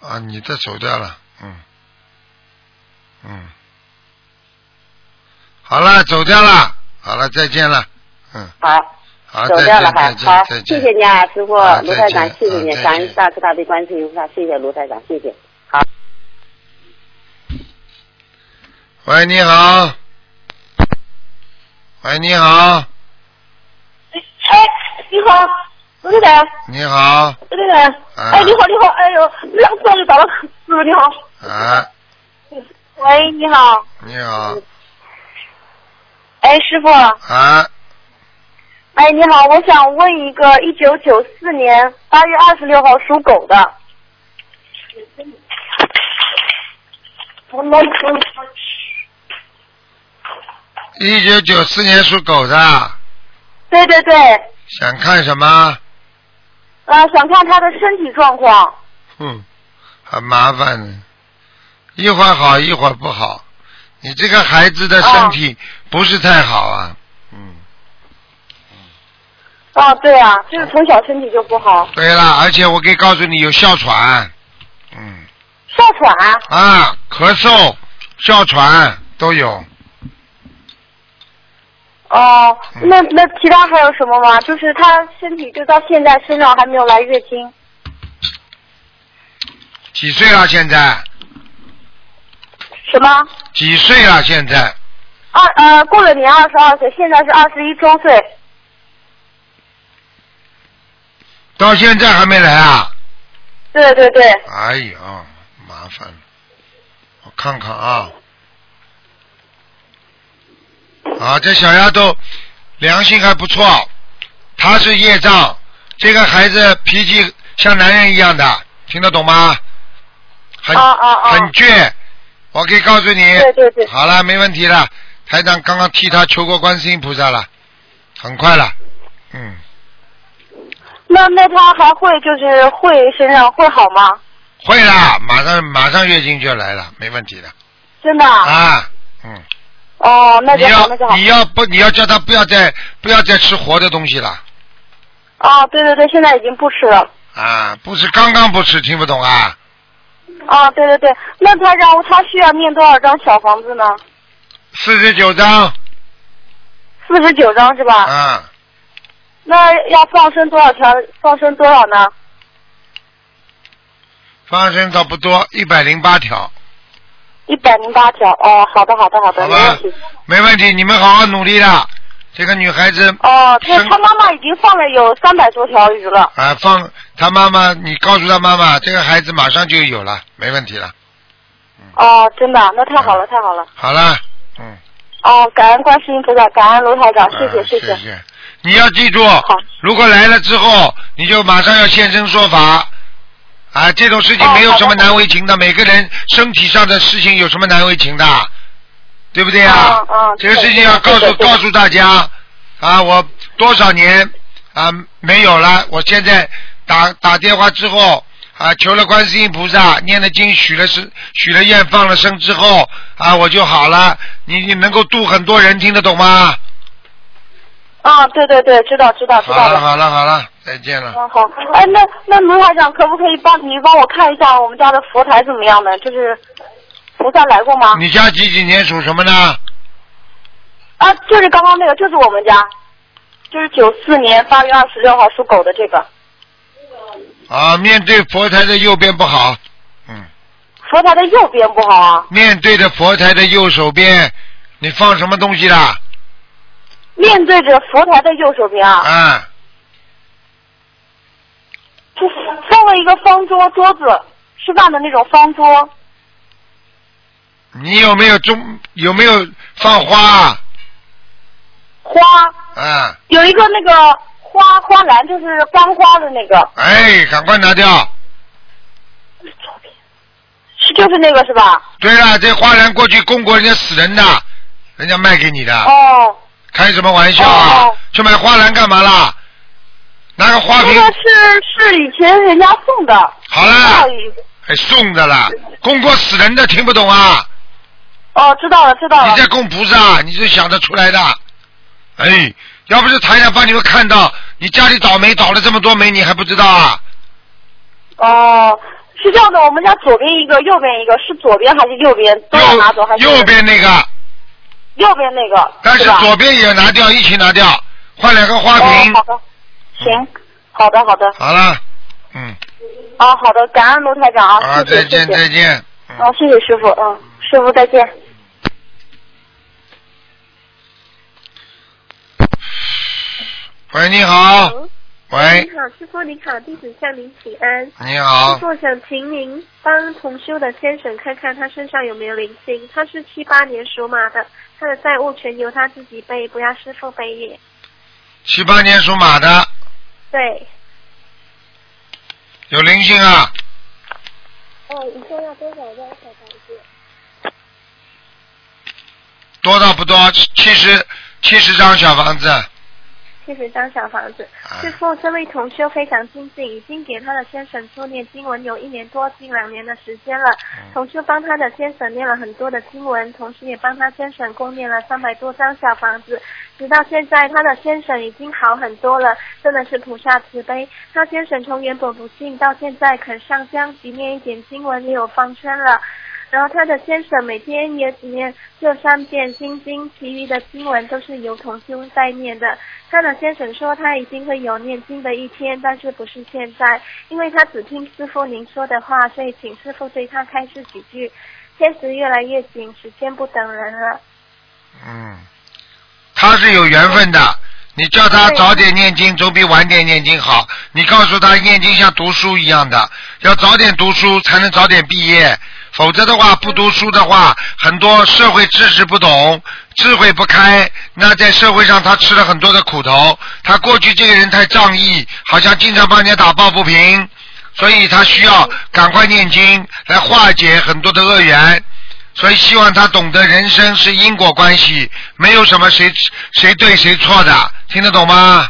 Speaker 1: 啊，你的走掉了，嗯，嗯，好了，走掉了，好了，再见了，嗯，
Speaker 8: 好。
Speaker 1: 好，
Speaker 8: 啊走
Speaker 1: 再
Speaker 8: 掉
Speaker 1: 见，
Speaker 8: 了还
Speaker 1: 再见，
Speaker 8: 好，
Speaker 1: 再
Speaker 8: 谢
Speaker 1: 见，
Speaker 8: 谢你啊，师傅
Speaker 1: 啊
Speaker 8: 卢
Speaker 1: 再
Speaker 8: 台长
Speaker 1: 见，
Speaker 8: 谢谢
Speaker 1: 啊
Speaker 8: 你
Speaker 1: 再，
Speaker 8: 感恩
Speaker 1: 见
Speaker 8: 大慈大悲观世音菩萨，谢谢卢台长，谢谢。
Speaker 1: 喂，你好。喂，你好，
Speaker 9: 哎，你好，卢队长，
Speaker 1: 你好，
Speaker 9: 卢队长，
Speaker 1: 啊
Speaker 9: 哎，你好，你好，哎呦，两次就打了，师傅你好，
Speaker 1: 啊，
Speaker 9: 喂，你好，
Speaker 1: 你好，
Speaker 9: 哎，师傅，
Speaker 1: 啊，
Speaker 9: 哎，你好，我想问一个一九九四年八月二十六号属狗的。
Speaker 1: 一九九四年属狗的，
Speaker 9: 对对对，
Speaker 1: 想看什么？
Speaker 9: 呃，想看他的身体状况。
Speaker 1: 哼，很麻烦的，一会儿好一会儿不好。你这个孩子的身体不是太好啊，
Speaker 9: 啊，对啊，就是从小身体就不好，
Speaker 1: 对了，而且我可以告诉你有哮喘，嗯，
Speaker 9: 哮喘。
Speaker 1: 啊，咳嗽、哮喘都有，
Speaker 9: 哦，
Speaker 3: 嗯
Speaker 9: 那那其他还有什么吗？就是他身体就到现在身上还没有来月经。
Speaker 1: 几岁了现在？
Speaker 9: 什么？
Speaker 1: 几岁了现在？
Speaker 9: 二呃，过了年二十二岁，现在是二十一周岁。
Speaker 1: 到现在还没来啊？
Speaker 9: 对对对，
Speaker 1: 哎呀，麻烦了，我看看啊。啊，这小丫头良心还不错，她是业障，这个孩子脾气像男人一样的，听得懂吗？很
Speaker 9: 啊啊啊
Speaker 1: 很倔，我可以告诉你。
Speaker 9: 对对对
Speaker 1: 好了，没问题了。台长刚刚替她求过观世音菩萨了，很快了。嗯，
Speaker 9: 那那他还会就是会身上会好吗？
Speaker 1: 会啦，啊马上马上月经就来了，没问题的。
Speaker 9: 真的啊？
Speaker 1: 啊，嗯。
Speaker 9: 哦，那
Speaker 1: 你
Speaker 9: 就好，
Speaker 1: 要
Speaker 9: 那就好
Speaker 1: 你。要不你要叫他不要再不要再吃活的东西了
Speaker 9: 哦，对对对，现在已经不吃了。
Speaker 1: 啊！不是刚刚不吃，听不懂啊？
Speaker 9: 哦，对对对，那他让我他需要念多少张小房子呢？
Speaker 1: 四十九章
Speaker 9: 四十九张是吧？
Speaker 1: 啊，
Speaker 9: 那要放生多少条？放生多少呢？
Speaker 1: 放生倒不多，一百零八条，
Speaker 9: 一百零八条。哦，好的，好的，好的，
Speaker 1: 好
Speaker 9: 没
Speaker 1: 吧
Speaker 9: 问题。？
Speaker 1: 没问题，你们好好努力啦。这个女孩子
Speaker 9: 哦，对
Speaker 1: 生，
Speaker 9: 他妈妈已经放了有三百多条鱼了。
Speaker 1: 啊，放她妈妈，你告诉她妈妈，这个孩子马上就有了，没问题了。嗯
Speaker 9: 哦，真的，那太好了，太好了。
Speaker 1: 好了，嗯，
Speaker 9: 哦，感恩观世音菩萨，感恩卢台长，谢谢，
Speaker 1: 啊谢
Speaker 9: 谢。
Speaker 1: 谢。你要记住
Speaker 9: 好，
Speaker 1: 如果来了之后，你就马上要现身说法。啊，这种事情
Speaker 9: 哦
Speaker 1: 没有
Speaker 9: 好的
Speaker 1: 什么
Speaker 9: 好的
Speaker 1: 难为情的，每个人身体上的事情有什么难为情的，对不对
Speaker 6: 哦
Speaker 1: 啊？
Speaker 9: 嗯嗯
Speaker 1: 这个
Speaker 9: 对
Speaker 1: 事情要告
Speaker 9: 对
Speaker 1: 诉
Speaker 9: 对对
Speaker 1: 告诉大家，啊，我多少年啊没有了，我现在打打电话之后啊，求了观世音菩萨，念了经，许了是许了愿，放了生之后啊，我就好了。你你能够度很多人，听得懂吗？
Speaker 9: 啊，对对对，知道知道知
Speaker 1: 好
Speaker 9: 道
Speaker 1: 了
Speaker 9: 了。
Speaker 1: 好了好了，再见了。
Speaker 9: 嗯好，哎，那那卢台长可不可以帮你帮我看一下我们家的佛台怎么样呢？就是菩萨来过吗？
Speaker 1: 你家几几年属什么呢？
Speaker 9: 啊，就是刚刚那个，就是我们家，就是九四年八月二十六号属狗的这个
Speaker 1: 啊，面对佛台的右边不好，嗯，
Speaker 9: 佛台的右边不好啊，
Speaker 1: 面对着佛台的右手边，你放什么东西啦？
Speaker 9: 面对着佛台的右手边啊，
Speaker 1: 啊，
Speaker 9: 就放了一个方桌桌子，吃饭的那种方桌。
Speaker 1: 你有没有中有没有放花啊？
Speaker 9: 花
Speaker 1: 啊，
Speaker 9: 有一个那个花花篮，就是干花的那个，
Speaker 1: 哎，赶快拿掉。
Speaker 9: 是就是那个是吧？
Speaker 1: 对了，这花篮过去供过人家死人的，人家卖给你的。
Speaker 9: 哦。
Speaker 1: 开什么玩笑啊？去买花篮干嘛啦？拿个花
Speaker 9: 那
Speaker 1: 瓶
Speaker 9: 个是是以前人家送的。
Speaker 1: 好啦，还送的啦，供过死人的听不懂啊？
Speaker 9: 哦，知道了，知道
Speaker 1: 了。你在供菩萨，你就想得出来的。哎，要不是台上帮你们看到，你家里倒霉倒了这么多霉，你还不知道啊？
Speaker 9: 哦，是这样的，我们家左边一个，右边一个，是左边还是右边都要拿走还是？
Speaker 1: 右边那个，
Speaker 9: 右边那个，
Speaker 1: 但是
Speaker 9: 吧
Speaker 1: 左边也拿掉，一起拿掉，换两个花瓶。
Speaker 9: 哦、好的，行，好的好的，
Speaker 1: 好了，
Speaker 9: 啊好的，感恩卢台长啊，
Speaker 1: 啊，
Speaker 9: 谢谢
Speaker 1: 再见
Speaker 9: 谢谢
Speaker 1: 再见。
Speaker 9: 哦，谢谢师傅，嗯，师傅再见。
Speaker 1: 喂，你好，
Speaker 9: 嗯
Speaker 1: 喂
Speaker 10: 你，好，师傅，你好，弟子向您请安。
Speaker 1: 你好
Speaker 10: 师傅想请您帮同修的先生看看他身上有没有灵性。他是七八年属马的，他的债务全由他自己背，不要师傅背业。
Speaker 1: 七八年属马的
Speaker 10: 对，
Speaker 1: 有灵性啊，
Speaker 10: 哦，一共要多少个小房子？
Speaker 1: 多到不多，七十七十张小房子。
Speaker 10: 七十张小房子。师傅，这位同修非常精进，已经给他的先生做念经文有一年多，近两年的时间了。同修帮他的先生念了很多的经文，同时也帮他先生共念了三百多张小房子，直到现在他的先生已经好很多了，真的是菩萨慈悲。他先生从原本不信到现在肯上香，即念一点经文也有方生了。然后他的先生每天也只念这三遍心经，其余的经文都是由同修在念的。他的先生说他一定会有念经的一天，但是不是现在，因为他只听师傅您说的话，所以请师傅对他开示几句。天时越来越紧，时间不等人了。
Speaker 1: 嗯，他是有缘分的，你叫他早点念经，总比晚点念经好。你告诉他念经像读书一样的，要早点读书才能早点毕业，否则的话不读书的话，很多社会知识不懂，智慧不开，那在社会上他吃了很多的苦头。他过去这个人太仗义，好像经常帮人家打抱不平，所以他需要赶快念经来化解很多的恶缘。所以希望他懂得人生是因果关系，没有什么谁谁对谁错的，听得懂吗？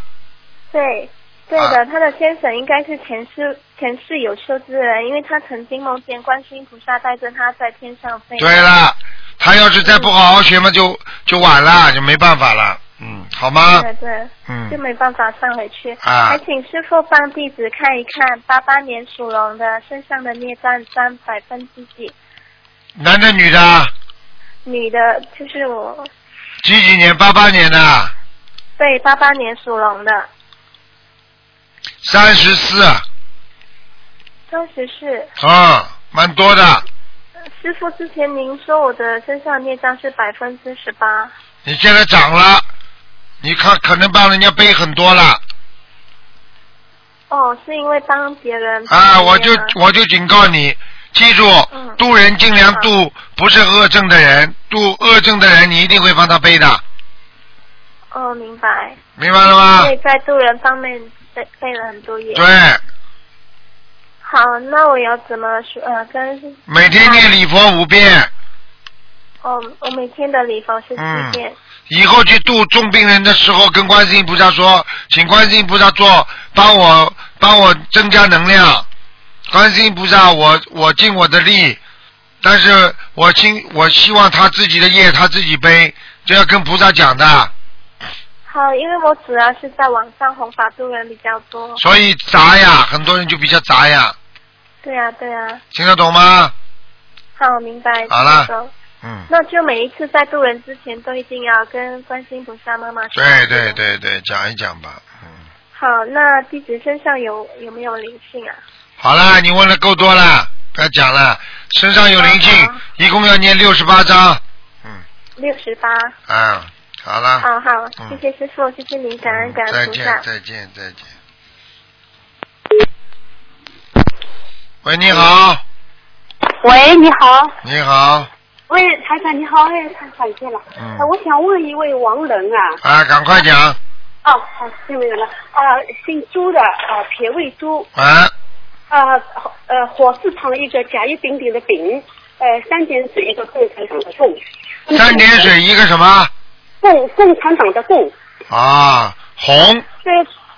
Speaker 10: 对，对
Speaker 1: 啊
Speaker 10: 的，他的先生应该是前世前世有修之人，因为他曾经梦见观世音菩萨带着他在天上飞。
Speaker 1: 对了，他要是再不好好学嘛，就就晚了，就没办法了，嗯，好吗？
Speaker 10: 对对，
Speaker 1: 嗯
Speaker 10: 就没办法放回去。
Speaker 1: 啊
Speaker 10: 还请师傅帮弟子看一看，八八年属龙的身上的孽障占百分之几？
Speaker 1: 男的女的，
Speaker 10: 女的，就是我，
Speaker 1: 几几年？八八年的，
Speaker 10: 对，八八年属龙的，
Speaker 1: 三十四，
Speaker 10: 当时是
Speaker 1: 啊，蛮多的。
Speaker 10: 师傅之前您说我的身上孽障是百分之十八，
Speaker 1: 你现在涨了，你看可能帮人家背很多了。
Speaker 10: 哦，是因为帮别人
Speaker 1: 啊，我就我就警告你，记住，渡人尽量渡不是恶政的人，渡恶政的人你一定会帮他背的，
Speaker 10: 哦，明白，
Speaker 1: 明白了吗
Speaker 10: 因？为在渡人方面背背了很多业。
Speaker 1: 对，
Speaker 10: 好，那我要怎么说？呃，跟
Speaker 1: 每天念礼佛五遍，
Speaker 10: 哦，我每天的礼佛是
Speaker 1: 嗯
Speaker 10: 七遍。
Speaker 1: 以后去渡重病人的时候，跟观世音菩萨说，请观世音菩萨做，帮我帮我增加能量。观世音菩萨，我我尽我的力，但是我希我希望他自己的业他自己背，这要跟菩萨讲的。
Speaker 10: 好，因为我主要是在网上弘法渡人比较多。
Speaker 1: 所以杂呀，很多人就比较杂呀，
Speaker 10: 对呀、对啊呀、
Speaker 1: 听得懂吗？
Speaker 10: 好，哦明白。
Speaker 1: 好啦
Speaker 10: 知道
Speaker 1: 嗯，
Speaker 10: 那就每一次在渡人之前，都一定要跟观世音菩萨妈妈说。
Speaker 1: 对对对对，讲一讲吧。
Speaker 10: 好，那弟子身上有有没有灵性啊？
Speaker 1: 好了，你问的够多了，不要讲了。身上有灵性，一共要念六十八章。
Speaker 10: 六十八。
Speaker 1: 嗯，好了，
Speaker 10: 好好，
Speaker 1: 嗯
Speaker 10: 谢谢师傅，谢谢您，感恩感
Speaker 1: 再
Speaker 10: 恩菩
Speaker 1: 见
Speaker 10: 萨。
Speaker 1: 再见再见。喂，你好，
Speaker 11: 喂，你好，
Speaker 1: 你好，
Speaker 11: 喂，台长你好，哎，太感谢了。
Speaker 1: 嗯
Speaker 11: 呃我想问一位亡人啊，
Speaker 1: 啊，赶快讲，
Speaker 12: 哦，好，听没有了。啊，姓朱的啊，撇位朱。
Speaker 1: 啊。
Speaker 12: 啊，呃，火字旁一个甲乙丙丁的丙，呃，三点水一个共产党的共。
Speaker 1: 三点水一个什么？
Speaker 12: 共共产党的共。
Speaker 1: 啊，红。
Speaker 12: 对，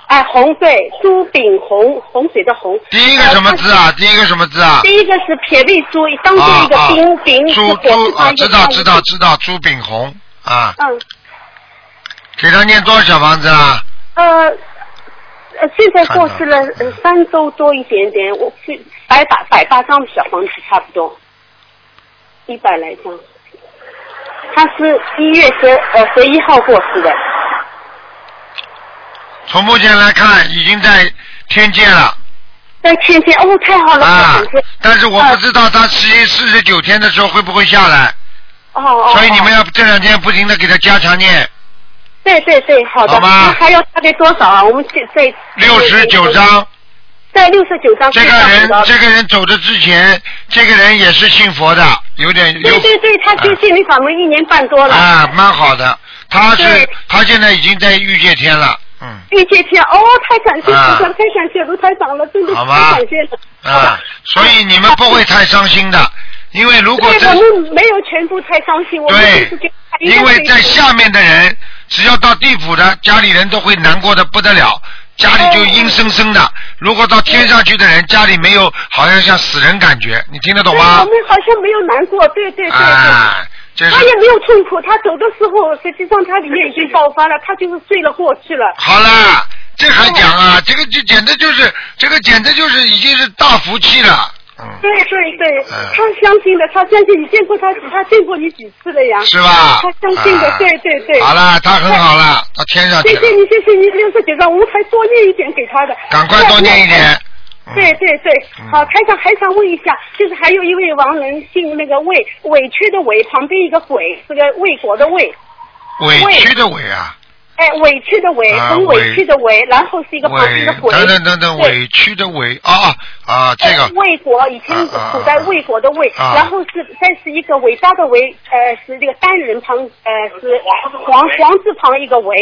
Speaker 12: 哎、红对，朱丙红，洪水的洪。
Speaker 1: 第一个什么字啊？第一个什么字啊？
Speaker 12: 第一个是撇位朱，当中一个
Speaker 1: 啊
Speaker 12: 丁，丙是
Speaker 1: 朱
Speaker 12: 火字
Speaker 1: 朱啊，
Speaker 12: 旁一个
Speaker 1: 知道
Speaker 12: 丁
Speaker 1: 知道。知道，朱炳红啊，
Speaker 12: 嗯，
Speaker 1: 给他念多少小房子啊？
Speaker 12: 呃，呃，现在过去了呃三周多一点点，我去百把百八张小房子差不多，一百来张。他是一月十呃十一号过世的，
Speaker 1: 从目前来看，已经在天界了。
Speaker 12: 在天界哦，太好了，
Speaker 1: 啊
Speaker 12: 感谢。
Speaker 1: 但是我不知道他十四十九天的时候会不会下来，
Speaker 12: 哦哦。
Speaker 1: 所以你
Speaker 12: 哦
Speaker 1: 们要这两天不停的给他加强念
Speaker 12: 对对对，好的。
Speaker 1: 好吗
Speaker 12: 那还要大概多少啊？我们现在
Speaker 1: 六十九
Speaker 12: 哦
Speaker 1: 章。
Speaker 12: 在六十九章。
Speaker 1: 这个人，这个人走的之前，这个人也是信佛的，有点有
Speaker 12: 对对对，他修心理法门一年半多了。
Speaker 1: 啊，蛮好的。他是
Speaker 12: 对
Speaker 1: 他现在已经在御界天了，嗯
Speaker 12: 玉姐天，哦，太感谢
Speaker 1: 啊
Speaker 12: 台长，太感谢卢台长了，真的
Speaker 1: 好
Speaker 12: 太
Speaker 1: 吧
Speaker 12: 感谢了。
Speaker 1: 啊，所以你们不会太伤心的，因为如果
Speaker 12: 对，
Speaker 1: 真
Speaker 12: 我们没有全部太伤心，我们
Speaker 1: 对
Speaker 12: 就是觉得他应该
Speaker 1: 因为在
Speaker 12: 是
Speaker 1: 下面的人，只要到地府的，家里人都会难过的不得了，家里就阴森森的。如果到天上去的人，家里没有，好像像死人感觉，你听得懂吗
Speaker 12: 对？我们好像没有难过，对对对对。
Speaker 1: 啊，这
Speaker 12: 他
Speaker 1: 是
Speaker 12: 也没有痛苦，他走的时候，实际上他里面已经爆发了，他就是睡了过去了。
Speaker 1: 好啦，这还讲啊？这个就简直就是，这个简直就是已经是大福气了，
Speaker 12: 对对对，
Speaker 1: 嗯
Speaker 12: 他相信的，他相信你见过他几，他见过你几次了呀？
Speaker 1: 是吧？
Speaker 12: 他相信的
Speaker 1: 啊，
Speaker 12: 对对对。
Speaker 1: 好啦，他很好啦，到天上去
Speaker 12: 谢
Speaker 1: 了
Speaker 12: 谢，你，谢谢你，六十九张，我们还多念一点给他的。
Speaker 1: 赶快多念一点。嗯
Speaker 12: 对对对，好，台长还想问一下，就是还有一位亡人姓那个魏，委屈的委，旁边一个鬼，是个魏国的魏，
Speaker 1: 委屈的委啊，
Speaker 12: 哎，委屈的委，
Speaker 1: 啊
Speaker 12: 很委屈的委，然后是一个旁边一
Speaker 1: 委
Speaker 12: 个，鬼，
Speaker 1: 等等等等，
Speaker 12: 对
Speaker 1: 委屈的委啊啊啊，这个
Speaker 12: 呃魏国以前
Speaker 1: 啊啊
Speaker 12: 古代魏国的魏，
Speaker 1: 啊
Speaker 12: 然后是再是一个伟大的伟，呃，是这个单人旁，呃，是黄黄字旁一个伟，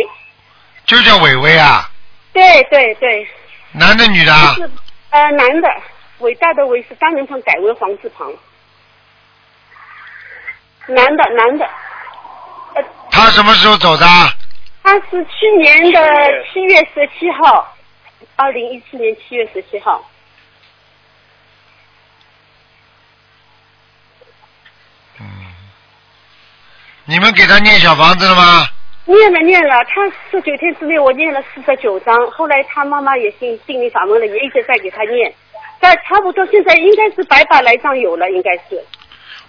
Speaker 1: 就叫伟伟啊，
Speaker 12: 对对对，
Speaker 1: 男的女的啊，
Speaker 12: 是呃男的，伟大的伟是单人旁改为黄字旁，男的男的，
Speaker 1: 他什么时候走的啊？
Speaker 12: 他是去年的七月十七号，二零一七年七月十七号，
Speaker 1: 你们给他念小房子了吗？
Speaker 12: 念了念了，他四九天之内我念了四十九章，后来他妈妈也信心灵法门了，也一直在给他念，但差不多现在应该是百把来张有了，应该是。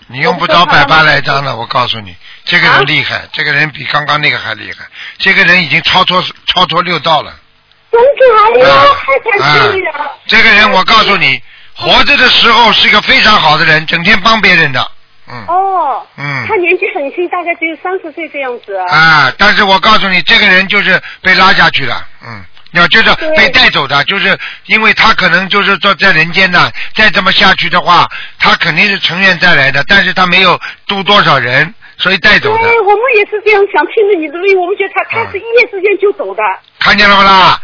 Speaker 1: 你用不着百八来张的，我告诉你，这个人厉害，这个人比刚刚那个还厉害，这个人已经超脱超脱六道了。
Speaker 12: 真的
Speaker 1: 啊
Speaker 12: 啊，太
Speaker 1: 啊
Speaker 12: 感谢你了。
Speaker 1: 这个人我告诉你，活着的时候是一个非常好的人，整天帮别人的
Speaker 12: 哦，
Speaker 1: 嗯
Speaker 12: 他年纪很轻，大概只有三十岁这样子啊。
Speaker 1: 啊。但是我告诉你，这个人就是被拉下去了，嗯，要就是
Speaker 12: 对
Speaker 1: 被带走的，就是因为他可能就是说在人间呢，再这么下去的话，他肯定是成愿再来的，但是他没有度多少人，所以带走的。
Speaker 12: 对，哎我们也是这样想，听着你的命，
Speaker 1: 啊
Speaker 12: 我们觉得他他是一夜之间就走的。
Speaker 1: 看见了不啦？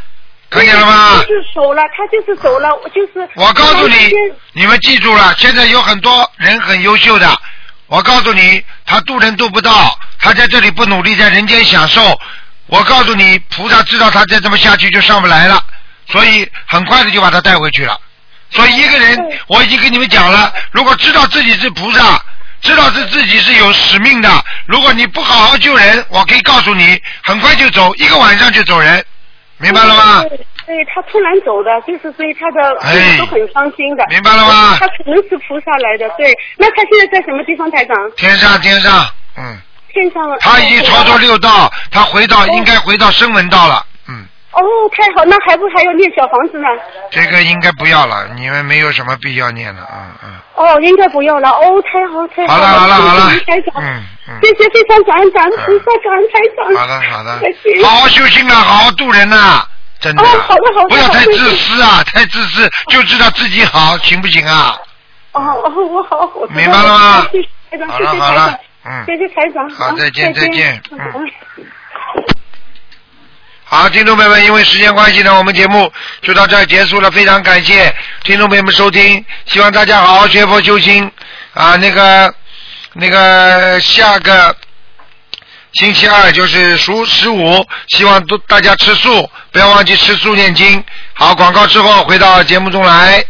Speaker 1: 看见了吗？
Speaker 12: 就是走了，他就是走了，我就是。
Speaker 1: 我告诉你
Speaker 12: 他之间，
Speaker 1: 你们记住了，现在有很多人很优秀的，我告诉你，他渡人渡不到，他在这里不努力，在人间享受。我告诉你，菩萨知道他再这么下去就上不来了，所以很快的就把他带回去了。所以一个人，我已经跟你们讲了，如果知道自己是菩萨，知道是自己是有使命的，如果你不好好救人，我可以告诉你，很快就走，一个晚上就走人，明白了吗？
Speaker 12: 对？对他突然走的，就是所以他的
Speaker 1: 哎
Speaker 12: 父母都很伤心的。
Speaker 1: 明白了吗
Speaker 12: 他可能是菩萨来的，对。那他现在在什么地方，台长？
Speaker 1: 天上天上，嗯。
Speaker 12: 天上。
Speaker 1: 他已经超脱六 道，他回到应该回到声闻道了，
Speaker 12: 哦，太好，那还不还要念小房子呢？
Speaker 1: 这个应该不要了，你们没有什么必要念了， 嗯嗯。
Speaker 12: 哦，应该不要了。哦，太好，太
Speaker 1: 好了
Speaker 12: 了，
Speaker 1: 好了好了
Speaker 12: 谢谢台长，
Speaker 1: 嗯
Speaker 12: 谢谢非常感恩感恩菩萨，感恩台长。
Speaker 1: 好的好的
Speaker 12: 再见，
Speaker 1: 好好修心啊，好好度人呐、真的。
Speaker 12: 哦好的好的
Speaker 1: 不要太
Speaker 12: 好的
Speaker 1: 自私啊，太自私就知道自己好，行不行啊？
Speaker 12: 哦哦，我好，我知道
Speaker 1: 明白了吗
Speaker 12: 谢谢台
Speaker 1: 好了
Speaker 12: 长，谢谢
Speaker 1: 好
Speaker 12: 台
Speaker 1: 了
Speaker 12: 长，，
Speaker 1: 嗯。
Speaker 12: 谢谢台长。
Speaker 1: 好
Speaker 12: 啊
Speaker 1: 再见
Speaker 12: 再
Speaker 1: 再见嗯
Speaker 12: 嗯
Speaker 1: 好，听众朋友们，因为时间关系呢，我们节目就到这儿结束了。非常感谢听众朋友们收听，希望大家好好学佛修心啊。那个那个下个星期二就是初十五，希望都大家吃素，不要忘记吃素念经。好，广告之后回到节目中来。